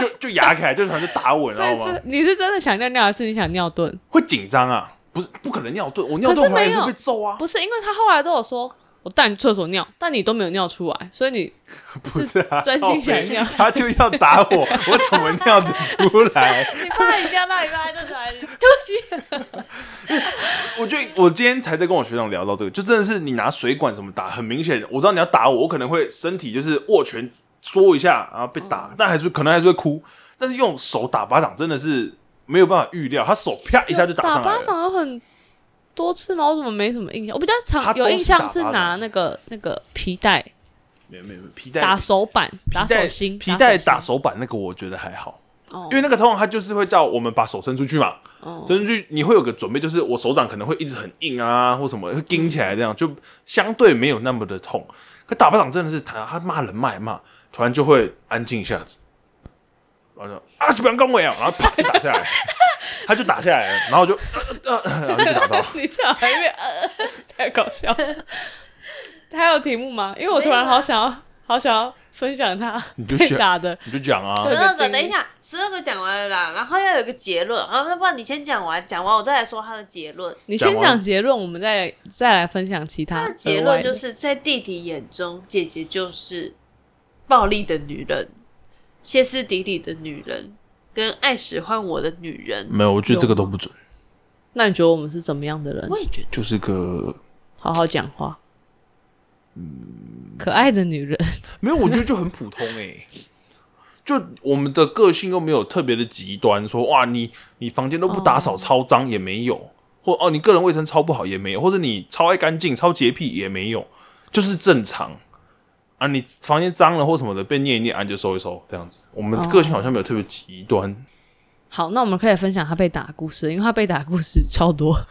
[SPEAKER 3] 就就压起来，就突然就打我，”你知
[SPEAKER 1] 所
[SPEAKER 3] 道
[SPEAKER 1] 以是
[SPEAKER 3] 吗？
[SPEAKER 1] 你是真的想尿尿，还是你想尿遁？
[SPEAKER 3] 会紧张啊，不是不可能尿遁，我尿
[SPEAKER 1] 可
[SPEAKER 3] 遁
[SPEAKER 1] 是
[SPEAKER 3] 回来
[SPEAKER 1] 没
[SPEAKER 3] 也是
[SPEAKER 1] 有
[SPEAKER 3] 被揍啊。
[SPEAKER 1] 不是，因为他后来都有说我带你去厕所尿，但你都没有尿出来，所以你
[SPEAKER 3] 不是啊，
[SPEAKER 1] 真心想尿
[SPEAKER 3] 靠 背他就要打我，我怎么尿得出来？
[SPEAKER 2] 你怕你掉到一半就突然
[SPEAKER 3] 我觉得我今天才在跟我学长聊到这个，就真的是你拿水管怎么打，很明显，我知道你要打我，我可能会身体就是握拳缩一下，然后被打，但还是可能还是会哭。但是用手打巴掌真的是没有办法预料，他手啪一下就打上来
[SPEAKER 1] 巴
[SPEAKER 3] 了。
[SPEAKER 1] 掌有很多次吗？我怎么没什么印象？我比较
[SPEAKER 3] 他
[SPEAKER 1] 常
[SPEAKER 3] 都是
[SPEAKER 1] 有印象是
[SPEAKER 3] 打巴掌
[SPEAKER 1] 拿那个那个皮带
[SPEAKER 3] 没有没有没有皮带
[SPEAKER 1] 打手板、打
[SPEAKER 3] 皮带
[SPEAKER 1] 手心、
[SPEAKER 3] 皮带打
[SPEAKER 1] 手
[SPEAKER 3] 手板那个我觉得还好，
[SPEAKER 1] 心，哦
[SPEAKER 3] 因为那个通常他就是会叫我们把手伸出去嘛，
[SPEAKER 1] 哦
[SPEAKER 3] 伸出去你会有个准备，就是我手掌可能会一直很硬啊，或什么会盯起来，这样就相对没有那么的痛。可打巴掌真的是他他骂人骂一骂，突然就会安静一下子，然后就啊是不要跟我呀，然后啪就打 下来，他就打下来了，然后我就呃呃呃，然后就被打到了。
[SPEAKER 1] 你这样还为呃， 太搞笑了。还有题目吗？因为我突
[SPEAKER 2] 啊
[SPEAKER 1] 然好想要，好想要分享他
[SPEAKER 3] 你就
[SPEAKER 1] 被
[SPEAKER 3] 选
[SPEAKER 1] 打的。
[SPEAKER 3] 你就讲啊，
[SPEAKER 2] 十二
[SPEAKER 1] 这个
[SPEAKER 2] 个，
[SPEAKER 1] 经历
[SPEAKER 2] 等一下，十二个讲完了啦，然后要有一个结论，然后那不然你先讲完，讲完我再来说他的结论。
[SPEAKER 1] 你先
[SPEAKER 3] 讲完
[SPEAKER 1] 讲结论，我们再再来分享其他额
[SPEAKER 2] 他
[SPEAKER 1] 外
[SPEAKER 2] 的
[SPEAKER 1] 的。
[SPEAKER 2] 结论就是在弟弟眼中，姐姐就是暴力的女人，歇斯底里的女人，跟爱使唤我的女人。
[SPEAKER 3] 没有，我觉得这个都不准，
[SPEAKER 1] 那你觉得我们是怎么样的人？
[SPEAKER 2] 我也觉得，
[SPEAKER 3] 就是个
[SPEAKER 1] 好好讲话，可爱的女人，
[SPEAKER 3] 没有，我觉得就很普通哎、就我们的个性又没有特别的极端，说哇，你你房间都不打
[SPEAKER 1] 哦
[SPEAKER 3] 扫、超脏也没有，或哦你个人卫生超不好也没有，或者你超爱干净、超洁癖也没有，就是正常啊。你房间脏了或什么的，被念一念啊，你就收一收这样子。我们
[SPEAKER 1] 哦
[SPEAKER 3] 个性好像没有特别极端，
[SPEAKER 1] 好，那我们可以分享他被打的故事，因为他被打的故事超多。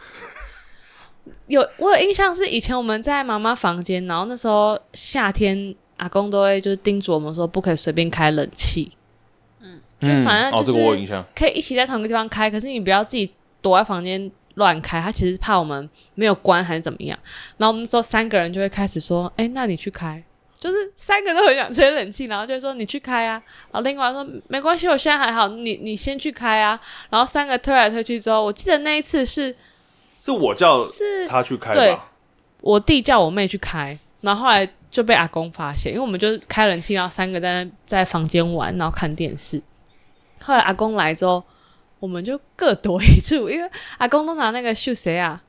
[SPEAKER 1] 有我有印象是以前我们在妈妈房间，然后那时候夏天阿公都会就是叮嘱我们说不可以随便开冷气，就反正
[SPEAKER 3] 哦，
[SPEAKER 1] 就
[SPEAKER 3] 这个
[SPEAKER 1] 是
[SPEAKER 3] 我有印象，
[SPEAKER 1] 可以一起在同一个地方开，可是你不要自己躲在房间乱开，他其实怕我们没有关还是怎么样。然后我们那时候三个人就会开始说：“哎、那你去开。”就是三个都很想吹冷气，然后就会说你去开啊，然后另外说没关系，我现在还好，你你先去开啊。然后三个推来推去之后，我记得那一次是
[SPEAKER 3] 是我叫
[SPEAKER 1] 是
[SPEAKER 3] 他去开
[SPEAKER 1] 对
[SPEAKER 3] 吧，
[SPEAKER 1] 我弟叫我妹去开，然后后来就被阿公发现，因为我们就是开冷气，然后三个在那在房间玩，然后看电视。后来阿公来之后，我们就各躲一处，因为阿公都拿那个秀谁啊，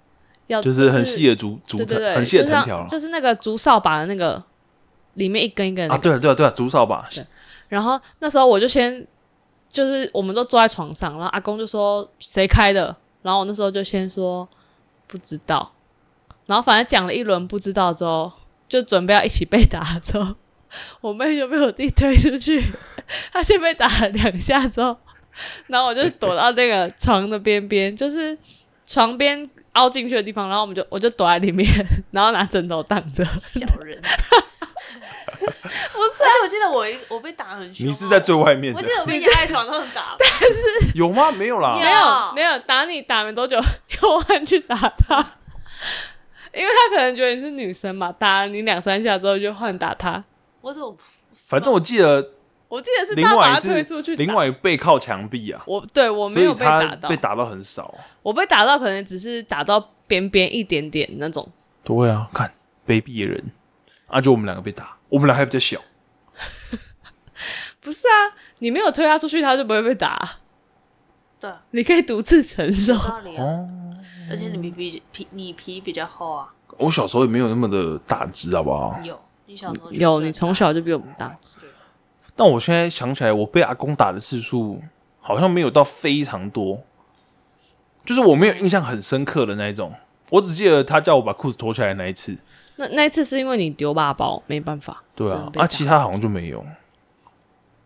[SPEAKER 1] 要
[SPEAKER 3] 就是很细的竹竹
[SPEAKER 1] 对对
[SPEAKER 3] 藤，
[SPEAKER 1] 对，
[SPEAKER 3] 很细的
[SPEAKER 1] 就
[SPEAKER 3] 藤
[SPEAKER 1] 像
[SPEAKER 3] 条了
[SPEAKER 1] 就是那个竹扫把的那个里面一根一根的那
[SPEAKER 3] 啊。
[SPEAKER 1] 个
[SPEAKER 3] 对了对了对了，竹扫把，
[SPEAKER 1] 对然后那时候我就先就是我们都坐在床上，然后阿公就说谁开的，然后我那时候就先说不知道，然后反正讲了一轮不知道之后，就准备要一起被打之后，我妹就被我弟推出去， 她先被打了两下之后，然后我就躲到那个床的边边， 就是床边凹进去的地方，然后我们就我就躲在里面， 然后拿枕头挡着，
[SPEAKER 2] 小 人，不 是、而啊且我记得我一我被打很凶、
[SPEAKER 3] 你是在最外面
[SPEAKER 2] 我
[SPEAKER 3] 的
[SPEAKER 2] 记，得我被压在床上打，
[SPEAKER 3] 有吗？没有啦
[SPEAKER 2] 没，
[SPEAKER 1] 没
[SPEAKER 2] 有
[SPEAKER 1] 有没有打你打没多久， 又换去打他，因为他可能觉得你是女生嘛，打了你两三下之后就换打他。
[SPEAKER 2] 我怎么
[SPEAKER 3] 反正我记得
[SPEAKER 1] 我记得是
[SPEAKER 3] 另
[SPEAKER 1] 他把
[SPEAKER 3] 外
[SPEAKER 1] 他
[SPEAKER 3] 是
[SPEAKER 1] 推出去打，
[SPEAKER 3] 另外背靠墙壁啊，
[SPEAKER 1] 我对我
[SPEAKER 3] 所
[SPEAKER 1] 没有
[SPEAKER 3] 以
[SPEAKER 1] 被
[SPEAKER 3] 他
[SPEAKER 1] 打到，
[SPEAKER 3] 被打到很少。
[SPEAKER 1] 我被打到可能只是打到边边一点点那种。
[SPEAKER 3] 对啊，看卑鄙的人啊，就我们两个被打，我们俩还比较小，
[SPEAKER 1] 不是啊，你没有推他出去，他就不会被打啊、
[SPEAKER 2] 对啊，
[SPEAKER 1] 你可以独自承受
[SPEAKER 2] 有。道理啊？
[SPEAKER 3] 哦
[SPEAKER 2] 而且你皮皮皮你皮比较厚啊，
[SPEAKER 3] 我小时候也没有那么的大只，好不好？
[SPEAKER 2] 有你小时候就
[SPEAKER 1] 有，
[SPEAKER 2] 是
[SPEAKER 1] 你从小就比我们大只。
[SPEAKER 3] 但我现在想起来，我被阿公打的次数好像没有到非常多，就是我没有印象很深刻的那一种。我只记得他叫我把裤子脱下来那一次，
[SPEAKER 1] 那那一次是因为你丢爸包，没办法。
[SPEAKER 3] 对
[SPEAKER 1] 真
[SPEAKER 3] 啊
[SPEAKER 1] 的，被
[SPEAKER 3] 啊，
[SPEAKER 1] 打
[SPEAKER 3] 其他好像就没有。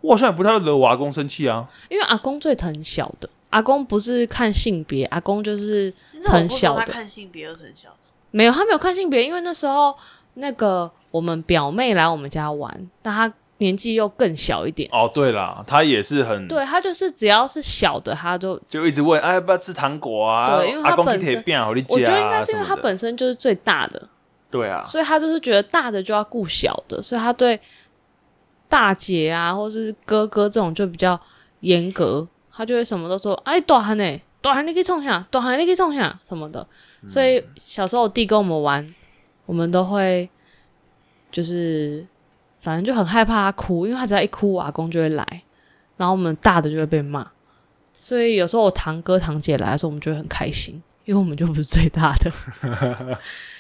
[SPEAKER 3] 我好像也不太会惹我阿公生气啊，
[SPEAKER 1] 因为阿公最疼小的，阿公不是看性别，阿公就是
[SPEAKER 2] 很
[SPEAKER 1] 很
[SPEAKER 2] 小
[SPEAKER 1] 小
[SPEAKER 2] 他
[SPEAKER 1] 的
[SPEAKER 2] 看性别又很小的，
[SPEAKER 1] 没有，他没有看性别，因为那时候那个我们表妹来我们家玩，但她年纪又更小一点，
[SPEAKER 3] 哦，对啦，他也是很
[SPEAKER 1] 对她就是只要是小的，她就
[SPEAKER 3] 就一直问，哎，要不要吃糖果啊？
[SPEAKER 1] 对因为他
[SPEAKER 3] 阿公
[SPEAKER 1] 本
[SPEAKER 3] 地铁
[SPEAKER 1] 身
[SPEAKER 3] 变好你家、啊，
[SPEAKER 1] 我觉得应该是因为
[SPEAKER 3] 什么
[SPEAKER 1] 她
[SPEAKER 3] 的
[SPEAKER 1] 本身就是最大的，
[SPEAKER 3] 对啊，
[SPEAKER 1] 所以她就是觉得大的就要顾小的，所以她对大姐啊或是哥哥这种就比较严格，她就会什么都说，啊你短喊呢，短喊你可以冲下，短喊你可以冲下什么的，所以小时候我弟跟我们玩，我们都会就是反正就很害怕他哭，因为他只要一哭，我阿公就会来，然后我们大的就会被骂。所以有时候我堂哥堂姐来的时候，我们就会很开心，因为我们就不是最大的，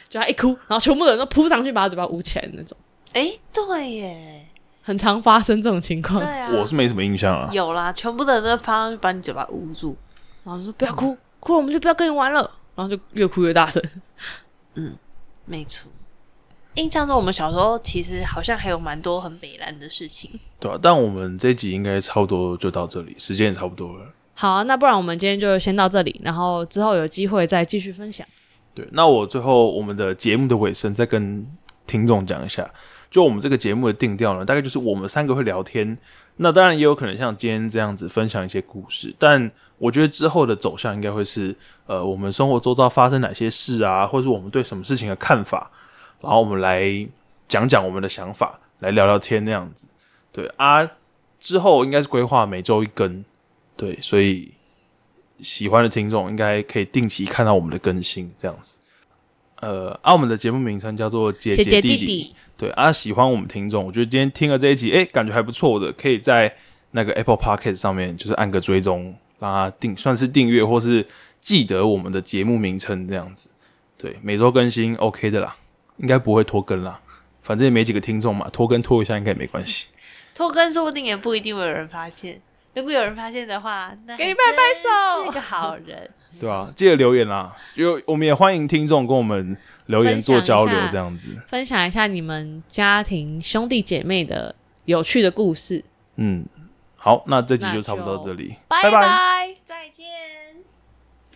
[SPEAKER 1] 就他一哭，然后全部的人都扑上去把他嘴巴捂起来的那种，
[SPEAKER 2] 哎，对耶，
[SPEAKER 1] 很常发生这种情况
[SPEAKER 2] 对。啊，
[SPEAKER 3] 我是没什么印象
[SPEAKER 1] 哦
[SPEAKER 3] 啊。
[SPEAKER 2] 有啦，全部的人都趴上去把你嘴巴捂住。
[SPEAKER 1] 然后就说不要哭，哭了我们就不要跟你玩了，然后就越哭越大声。
[SPEAKER 2] 没错，印象中我们小时候其实好像还有蛮多很北蓝的事情。
[SPEAKER 3] 对啊，但我们这集应该差不多就到这里，时间也差不多了。
[SPEAKER 1] 好啊、那不然我们今天就先到这里，然后之后有机会再继续分享。
[SPEAKER 3] 对，那我最后我们的节目的尾声再跟听众讲一下，就我们这个节目的定调呢，大概就是我们三个会聊天，那当然也有可能像今天这样子分享一些故事，但我觉得之后的走向应该会是，呃，我们生活周遭发生哪些事啊，或是我们对什么事情的看法，然后我们来讲讲我们的想法，来聊聊天那样子。对啊，之后应该是规划每周一更，对，所以喜欢的听众应该可以定期看到我们的更新，这样子。呃，啊，我们的节目名称叫做《姐
[SPEAKER 1] 姐
[SPEAKER 3] 弟
[SPEAKER 1] 弟弟
[SPEAKER 3] 对啊，喜欢我们听众，我觉得今天听了这一集，哎、感觉还不错的，可以在那个 Apple p o c k e t 上面就是按个追踪，让他订算是订阅或是记得我们的节目名称这样子。对，每周更新 OK 的啦，应该不会拖更啦，反正也没几个听众嘛，拖更拖一下应该也没关系。
[SPEAKER 2] 拖更说不定也不一定会有人发现，如果有人发现的话，那
[SPEAKER 1] 给你
[SPEAKER 2] 还
[SPEAKER 1] 拍拍
[SPEAKER 2] 真
[SPEAKER 1] 手
[SPEAKER 2] 是个好人。
[SPEAKER 1] 嗯
[SPEAKER 3] 对啊，记得留言啦，就我们也欢迎听众跟我们留言
[SPEAKER 1] 分享
[SPEAKER 3] 做
[SPEAKER 1] 一
[SPEAKER 3] 交流
[SPEAKER 1] 下
[SPEAKER 3] 这样子。
[SPEAKER 1] 分享一下你们家庭兄弟姐妹的有趣的故事。
[SPEAKER 3] 嗯，好，那这集
[SPEAKER 1] 那
[SPEAKER 3] 就差不多
[SPEAKER 1] 就
[SPEAKER 3] 这里，
[SPEAKER 1] 拜
[SPEAKER 3] 拜
[SPEAKER 1] 拜